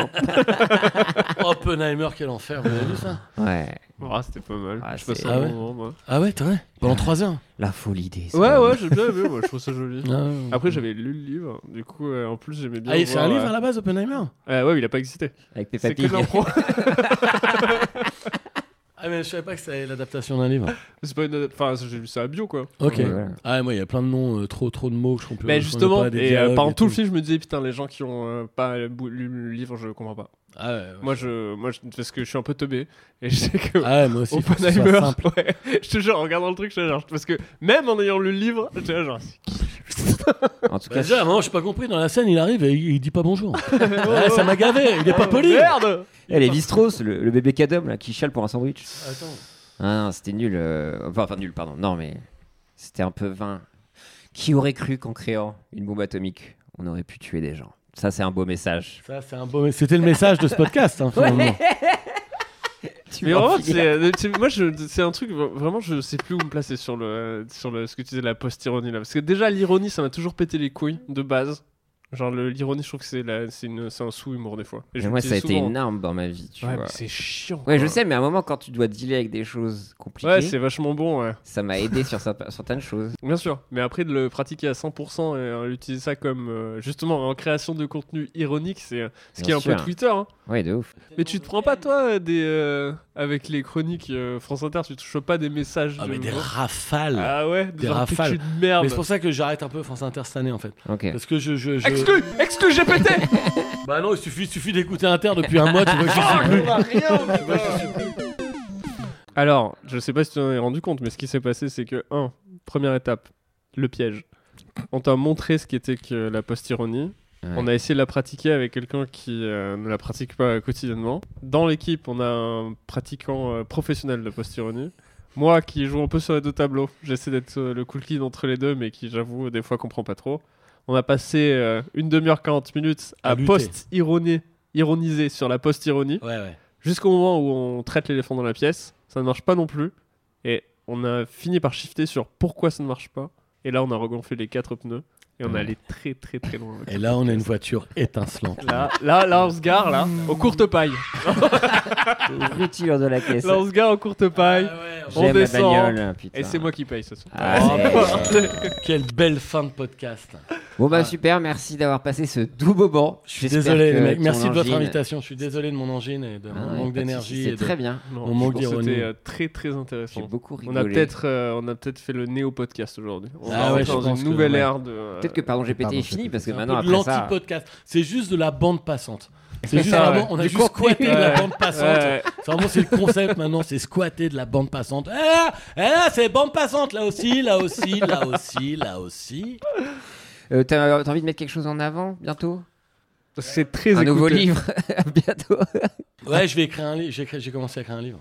Oppenheimer quel enfer vous avez vu ça
Ouais,
Ah c'était pas mal.
Ah,
je passe
c'est-
un
Ah
bon
ouais
moment, moi.
ah ouais t'es vrai pendant trois heures
Ah.
la folie des.
Ouais ouais j'ai bien aimé moi je trouve ça joli.
Ah.
Après j'avais lu le livre du coup euh, en plus j'aimais bien.
Ah, et c'est
voir,
un livre
euh,
à la base, Oppenheimer
euh, ouais il a pas existé.
Avec tes
C'est que
papilles.
de l'impro.
Ah, mais je savais pas que c'était l'adaptation d'un livre.
c'est pas une. Enfin j'ai lu ça à bio quoi.
Ok.
Ouais, voilà.
Ah, moi, il y a plein de noms, euh, trop, trop de mots que je comprends
Mais
je comprends
justement
pas, des
et euh,
dialogues
pendant
et
tout le film je me disais putain les gens qui ont euh, pas bou- lu le livre je comprends pas.
Ah, ouais, ouais.
Moi, je, moi je, parce que je suis un peu teubé et je sais que
Ah ouais, moi aussi. faut que ce soit
Oppenheimer,
simple.
ouais, je te jure, en regardant le truc, je te jure, parce que même en ayant lu le livre, je te jure, genre, c'est-
En tout
Bah,
cas,
déjà, moi, j'ai pas compris. Dans la scène, il arrive et il, il dit pas bonjour. Ouais, Ah, ça m'a gavé. Il est pas poli.
oh, merde
Eh, Lévi Strauss, le, le bébé cadom là, qui chiale pour un sandwich.
Attends.
Ah non, c'était nul. euh, Enfin, enfin, nul, pardon. Non, mais c'était un peu vain. Qui aurait cru qu'en créant une bombe atomique, on aurait pu tuer des gens Ça, c'est un beau message.
Ça, c'est un beau. C'était le message de ce podcast, hein, finalement.
Tu
Mais
vois,
vraiment,
Pierre
c'est, euh, tu- moi, je- c'est un truc, vraiment, je sais plus où me placer sur, le, sur le, ce que tu disais, la post-ironie là. Parce que déjà, l'ironie, ça m'a toujours pété les couilles de base. Genre le- l'ironie, je trouve que c'est la- c'est une- c'est un sous-humour des fois. Et je
Mais
le
moi,
dis
ça a été
souvent.
une arme dans ma vie, tu
Ouais, mais
vois.
c'est chiant.
Ouais, je
quoi.
sais, mais à un moment, quand tu dois dealer avec des choses
Ouais, c'est
compliquées,
vachement bon, ouais.
ça m'a aidé sur certains- certaines choses.
Bien sûr, mais après de le pratiquer à 100% et euh, l'utiliser ça comme euh, justement en création de contenu ironique, c'est euh, ce qui est
Bien
un peu
sûr.
Twitter. hein.
Ouais, de ouf.
Mais tu te prends pas toi euh, des euh, avec les chroniques euh, France Inter, tu te chopes pas des messages
Ah,
de-
mais des rafales.
Ah ouais, des,
Des
rafales.
rafales.
de merde.
Mais c'est pour ça que j'arrête un peu France Inter cette année en fait.
Ok.
Parce que je. je, je-
Exclu, exclu GPT.
Bah non, il suffit, il suffit d'écouter Inter depuis un mois, tu vois que je suis plus. Tu vois que je suis plus.
Alors, je sais pas si tu t'en es rendu compte, mais ce qui s'est passé, c'est que 1. Première étape, le piège. On t'a montré ce qu'était que la post-ironie.
Ouais.
On a essayé de la pratiquer avec quelqu'un qui euh, ne la pratique pas quotidiennement. Dans l'équipe, on a un pratiquant euh, professionnel de post-ironie. Moi qui joue un peu sur les deux tableaux, j'essaie d'être euh, le cool kid entre les deux, mais qui, j'avoue, des fois comprend pas trop. On a passé euh, une demi-heure 40 minutes
À
à,
lutter.
post-ironiser ironiser sur la post-ironie
Ouais, ouais.
jusqu'au moment où on traite l'éléphant dans la pièce, ça ne marche pas non plus. Et on a fini par shifter sur pourquoi ça ne marche pas. Et là, on a regonflé les quatre pneus et on est
Ouais.
allé très très très loin. avec
Et
le
là, on a une
podcast.
voiture Mmh. étincelante.
Là, là, là, on se gare, là, aux courtes pailles.
Rupture de la caisse.
Là, on se gare aux courtes
Ah
pailles. on
J'aime la
descend.
bagnole, Ah, putain.
Et c'est moi qui paye ce soir.
Ah,
Oh,
ouais.
Quelle belle fin de podcast.
Bon bah
Ouais.
super, merci d'avoir passé ce doux moment.
Je suis désolé, les
J'espère que
mecs.
ton
Merci de votre
angine-
invitation. Je suis désolé de mon engine et de
Ah
mon manque
ouais, pas de soucis,
d'énergie.
C'est
et de-
très bien.
Non,
On
je
manque
pense que
d'ironie.
C'était euh, très très
J'ai
intéressant.
beaucoup
On
rigolé.
a peut-être euh, on a peut-être fait le néo podcast aujourd'hui. On
Ah
va
ouais,
rentrer
je
dans
pense
une
que-
nouvelle
ouais.
ère de. euh,
Peut-être que pardon GPT
Pardon,
est fini parce que
C'est un
maintenant
peu de
après ça.
l'anti-podcast. C'est juste de la bande passante. C'est juste
ça,
vraiment,
ouais.
on a
Du
juste
contenu.
squatté de la
Ouais.
bande passante.
Ouais,
C'est vraiment, c'est le concept maintenant, c'est squatter de la bande passante. Ah, ah, c'est bande passante là aussi, là aussi, là aussi, là aussi.
Euh, T'as t'as envie de mettre quelque chose en avant bientôt
c'est très
Un nouveau
écouté.
livre. à bientôt.
Ouais, je vais écrire un livre. J'ai écrit- j'ai commencé à écrire un livre.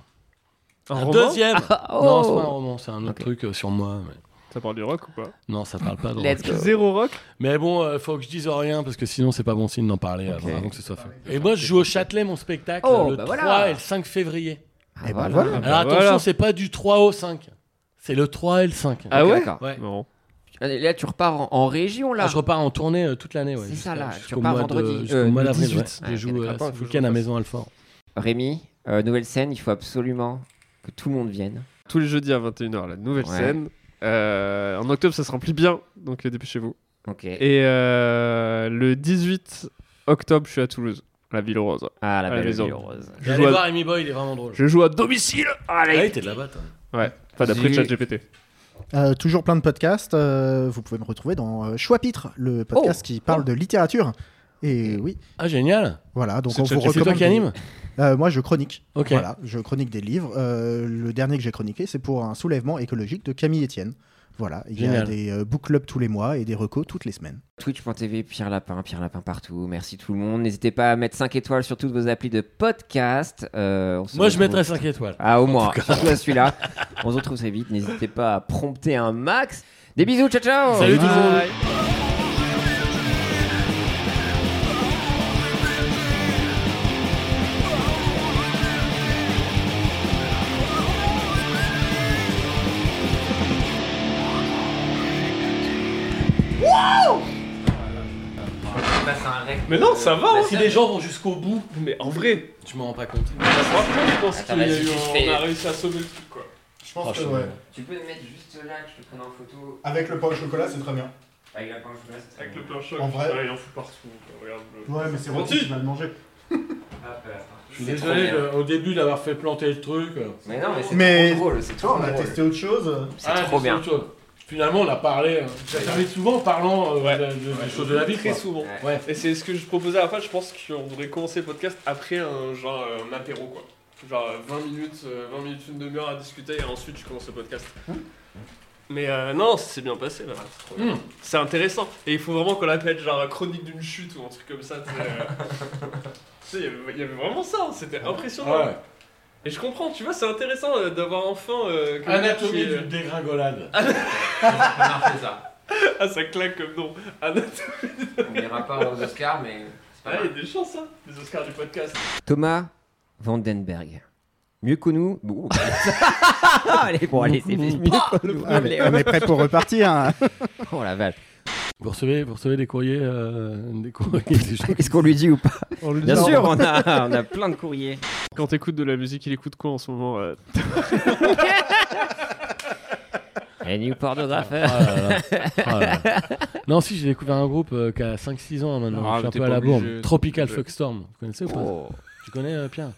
Un
un
roman
deuxième.
Oh.
Non, c'est pas un roman, c'est un autre
Ok.
truc euh, sur moi. mais-
Ça parle du rock ou pas
Non, ça parle pas. de
Let's
rock.
go.
Zéro rock.
Mais bon, euh, faut que je dise rien parce que sinon c'est pas bon signe d'en parler avant,
Ok.
avant que ce soit fait. Et moi, je joue au Châtelet mon spectacle
Oh,
le
bah
3
voilà.
et le 5 février.
Ah,
Eh ben
voilà.
voilà.
Alors
bah
attention,
voilà.
c'est pas du 3 au 5. C'est le 3 et le 5.
Ah
Ok,
ouais
d'accord.
Ouais.
Non.
Allez, Là tu repars en, en région là.
Ah, je repars en tournée euh, toute l'année. Ouais,
C'est
jusqu'à-
ça, là. Tu
jusqu'au
repars
mois
vendredi,
De, jusqu'au
euh,
mois
le
d'avril.
18.
ouais.
Ah,
je
ok,
joue euh,
d'accord. Attends,
ce
faut que je
week-end à
refasse.
Maison Alfort.
Rémi, euh, nouvelle scène, il faut absolument que tout le monde vienne.
tous les jeudis à 21h, la nouvelle
Ouais.
scène. Euh, en octobre, ça se remplit bien, donc euh, dépêchez-vous.
Ok.
Et euh, le 18 octobre, je suis à Toulouse, à la Ville Rose.
Ah la
à la
belle
maison.
vie rose.
Je
Allez
joue, à,
voir Amy Boy, il est vraiment drôle.
je joue à domicile
Ah oui,
Allez
t'es de là-bas, toi.
Ouais, enfin d'après
Zut.
ChatGPT.
Euh, toujours plein de podcasts. euh, vous pouvez me retrouver dans euh, Choix-Pitre, le podcast
Oh.
qui parle de littérature. Et oui,
Ah, génial.
voilà. Donc
C'est
on vous
ChatGPT.
recommande.
C'est toi qui
des-
anime
Euh, Moi, je chronique.
Ok.
Voilà, je chronique des livres. Euh, le dernier que j'ai chroniqué, c'est pour un soulèvement écologique de Camille Etienne. Voilà, il y a
Génial.
des euh, book clubs tous les mois et des recos toutes les semaines.
Twitch.tv, Pierre Lapin, Pierre Lapin partout. Merci tout le monde. N'hésitez pas à mettre 5 étoiles sur toutes vos applis de podcast. Euh, on se
Moi, je
retrouve-
mettrais 5 étoiles.
Ah, au moins. Surtout à celui-là. On se retrouve très vite. N'hésitez pas à prompter un max. Des bisous, ciao, ciao.
Salut tout le monde.
Mais non, ça va
Si les gens vont jusqu'au bout,
Mais en vrai,
je m'en rends pas compte.
je pense
Attends, qu'il y a vas-y, eu- tu on fais- a
réussi à sauver le truc, quoi.
Je
Franchement, ouais.
Tu peux me mettre juste là que je te prenne en photo
Avec le pain au chocolat, c'est très bien.
avec la planche
Avec le plein choc,
En vrai. putain,
il en fout partout. Regarde
Ouais, mais c'est
Roti Roti. qui
va le manger.
Je suis désolé euh, au début d'avoir fait planter le truc. euh.
Mais non, mais c'est
Mais-
trop drôle. C'est
Toi,
trop
on a
drôle.
testé autre chose.
C'est
Ah,
trop bien.
autre chose. Finalement, on a parlé. euh, Ça termine souvent en parlant euh, de- de- des choses de la vie.
Très
quoi.
souvent.
Ouais.
Et c'est ce que je proposais à la fin, je pense qu'on devrait commencer le podcast après un genre euh, un apéro quoi. Genre euh, 20 minutes, euh, 20 minutes, une demi-heure à discuter et ensuite tu commences le podcast.
Hein
Mais euh, non, c'est bien passé là. C'est trop bien.
Mm.
C'est intéressant. Et il faut vraiment qu'on l'appelle genre chronique d'une chute ou un truc comme ça. tu sais, euh. Tu sais, il y avait- il y avait vraiment ça, hein. c'était impressionnant.
Ouais.
Et je comprends, tu vois, c'est intéressant euh, d'avoir enfin. euh, quelqu'un qui
Anatomie
est-
d'une dégringolade.
Ah, ça claque comme nom. Anatomie.
On ira pas aux Oscars, mais c'est
Ah, il y a des chances, hein, les Oscars du podcast.
Thomas Vandenberg. Mieux que nous. Bon,
Ah,
allez, bon, allez, c'est mieux que nous.
on est prêt pour repartir. hein.
Oh la vache.
Vous recevez, vous recevez des courriers, euh, des courriers des gens qui-
Est-ce qu'on lui dit ou pas Bien
Non.
sûr, on a, on a plein de courriers.
Quand t'écoutes de la musique, il écoute quoi en ce moment euh
Et new
Ah
pornographeur.
là là. Ah là là. Non, si, j'ai découvert un groupe euh, qui a 5-6 ans maintenant.
Ah,
je suis un
t'es
peu à
pas
la
obligé,
bourre.
t'es
Tropical
obligé.
Fuckstorm. Vous connaissez ou pas
Oh.
Tu connais euh, Pierre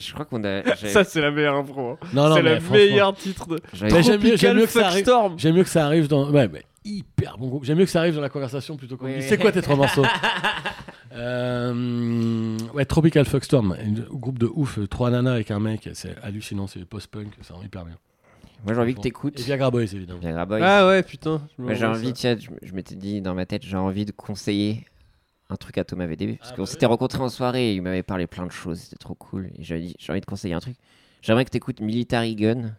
Je crois qu'on a. j'avais-
Ça, c'est la meilleure impro. hein.
Non,
c'est
mais
le
franchement,
meilleur titre de
j'avais-
Mais j'aime mieux- j'aime
Tropical
mieux que ça arrive.
Fuckstorm.
J'aime mieux que ça arrive dans. Ouais, mais hyper bon groupe. J'aime mieux que ça arrive dans la conversation plutôt qu'on
Oui,
me dise
oui.
c'est quoi tes trois morceaux Euh, Ouais, Tropical Fuckstorm. un Groupe de ouf. euh, Trois nanas avec un mec. C'est hallucinant. C'est post-punk. Ça rend hyper bien.
Moi, j'ai envie que
Et
t'écoutes. Eh
Viagra Boys, évidemment.
Viagra Boys.
Ah ouais, putain. je me
Moi, j'ai
rends
envie,
ça.
tiens, je, je m'étais dit dans ma tête, j'ai envie de conseiller un truc à Thomas VDB. Parce
Ah
qu'on
bah
s'était rencontrés en soirée, et il m'avait parlé plein de choses, c'était trop cool. Et j'ai dit, j'ai envie de conseiller un truc. J'aimerais que tu écoutes Military Gun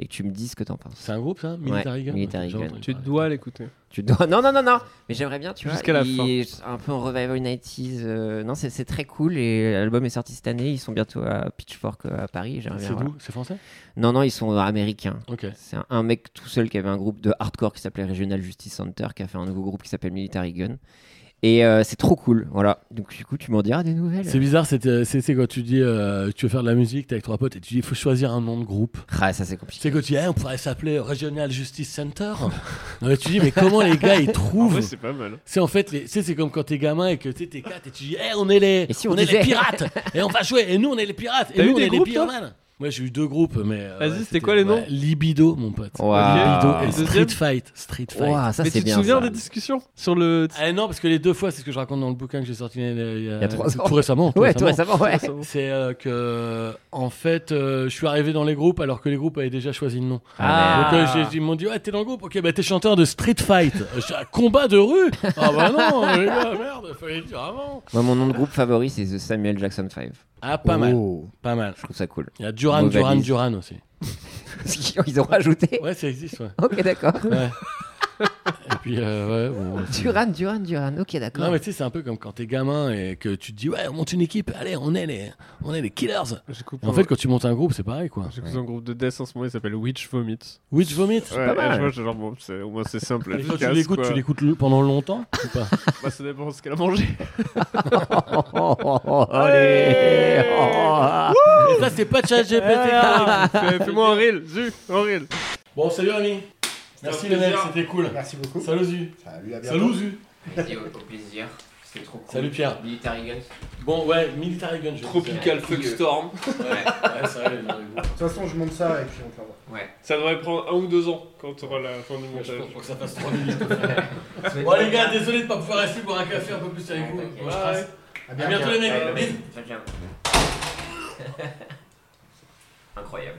et que tu me dises ce que t'en penses.
C'est un groupe, ça Military Gun
Military
J'ai
Gun.
entendu
Tu
parler.
dois l'écouter.
Tu dois... Non, non, non, non Mais j'aimerais bien, tu vois.
Jusqu'à la
il est Un peu en revival 90s. euh, Non, c'est c'est très cool et l'album est sorti cette année. Ils sont bientôt à Pitchfork euh, à Paris. J'aimerais bien
C'est
voir.
d'où C'est français
Non, non, ils sont américains.
Ok.
C'est un, un mec tout seul qui avait un groupe de hardcore qui s'appelait Regional Justice Center, qui a fait un nouveau groupe qui s'appelle Military Gun. Et euh, c'est trop cool, voilà. Donc du coup, tu m'en diras des nouvelles.
C'est bizarre, c'est euh, c'est- c'est quand tu dis euh, tu veux faire de la musique, t'es avec trois potes et tu dis il faut choisir un nom de groupe.
Ah, ça c'est
C'est
compliqué.
quand tu dis eh, on pourrait s'appeler Regional Justice Center. non, mais tu dis mais comment les gars ils
En
trouvent
vrai, c'est pas mal.
C'est en fait, les- tu sais, c'est comme quand t'es gamin et que tu sais, t'es quatre et tu dis, Eh, on est les,
Et si
on,
on
est les
disait
pirates et on va jouer et nous on est les pirates
T'as
et nous
eu
on
des
est les
groupes, toi
pyromanes. Moi j'ai eu deux groupes, mais euh,
Vas-y,
ouais,
c'était quoi les noms
ouais, Libido, mon pote.
Waouh.
Libido et
Et
Street
deuxième
Fight, Street Fight.
Ouah, ça
Mais
c'est
tu te
bien.
souviens
ça.
des discussions sur le.
Ah, non, parce que les deux fois, c'est ce que je raconte dans le bouquin que j'ai sorti euh, il y a,
Il y a trois ans.
tout récemment. tout
Ouais,
récemment.
toi ça va, ouais.
C'est euh, que, en fait, euh, je suis arrivé dans les groupes alors que les groupes avaient déjà choisi le nom.
Ah,
Donc euh, j'ai- ils m'ont dit ouais t'es dans le groupe ok bah t'es chanteur de Street Fight Euh, j'ai un combat de rue ah bah non les gars merde fallait le dire avant
Moi, mon nom de groupe favori c'est The Samuel Jackson 5.
ah pas mal
Oh.
pas mal
Je trouve ça cool.
il y a Duran
Mauvaise
Duran
liste.
Duran aussi
Ils ont rajouté.
ouais ça existe ouais,
Ok, d'accord.
Ouais. et puis euh, ouais bon, c'est-
Duran, Duran, Duran. Ok, d'accord.
non mais tu sais c'est un peu comme quand t'es gamin et que tu te dis ouais on monte une équipe allez on est les on est les killers
J'écoute
Et en fait quand tu montes un groupe c'est pareil quoi
J'écoute un groupe de death en ce moment, il s'appelle Witch Vomit.
Witch Vomit
Ouais,
pas mal.
je vois, c'est genre, bon, c'est- au moins c'est simple.
et quand tu
efficace,
l'écoutes
quoi.
tu l'écoutes le- pendant longtemps ou pas
Bah, ça dépend de ce qu'elle a mangé.
Oh, oh, oh, oh, allez. Ah. Oh, oh, oh.
et ça c'est pas ChatGPT
Fais- Fais-moi un reel, Zu, un reel.
bon salut ami merci les mecs c'était cool
Merci beaucoup.
salut Zu
Salut, à bientôt.
salut Zu
Vas-y, au au plaisir. C'était trop cool.
Salut, Pierre.
Military Guns.
Bon, ouais, Military Gun.
Tropical Fuckstorm. Ouais.
Ouais, c'est vrai,
De toute façon, je monte ça et puis on te l'envoie.
Ça devrait prendre un ou deux ans quand tu auras la fin du montage.
Faut que ça fasse 3 minutes. bon, les gars, désolé de pas pouvoir rester pour un café un peu plus avec vous. Moi, je trace.
À
À bientôt, les mecs. Bisous.
Incroyable.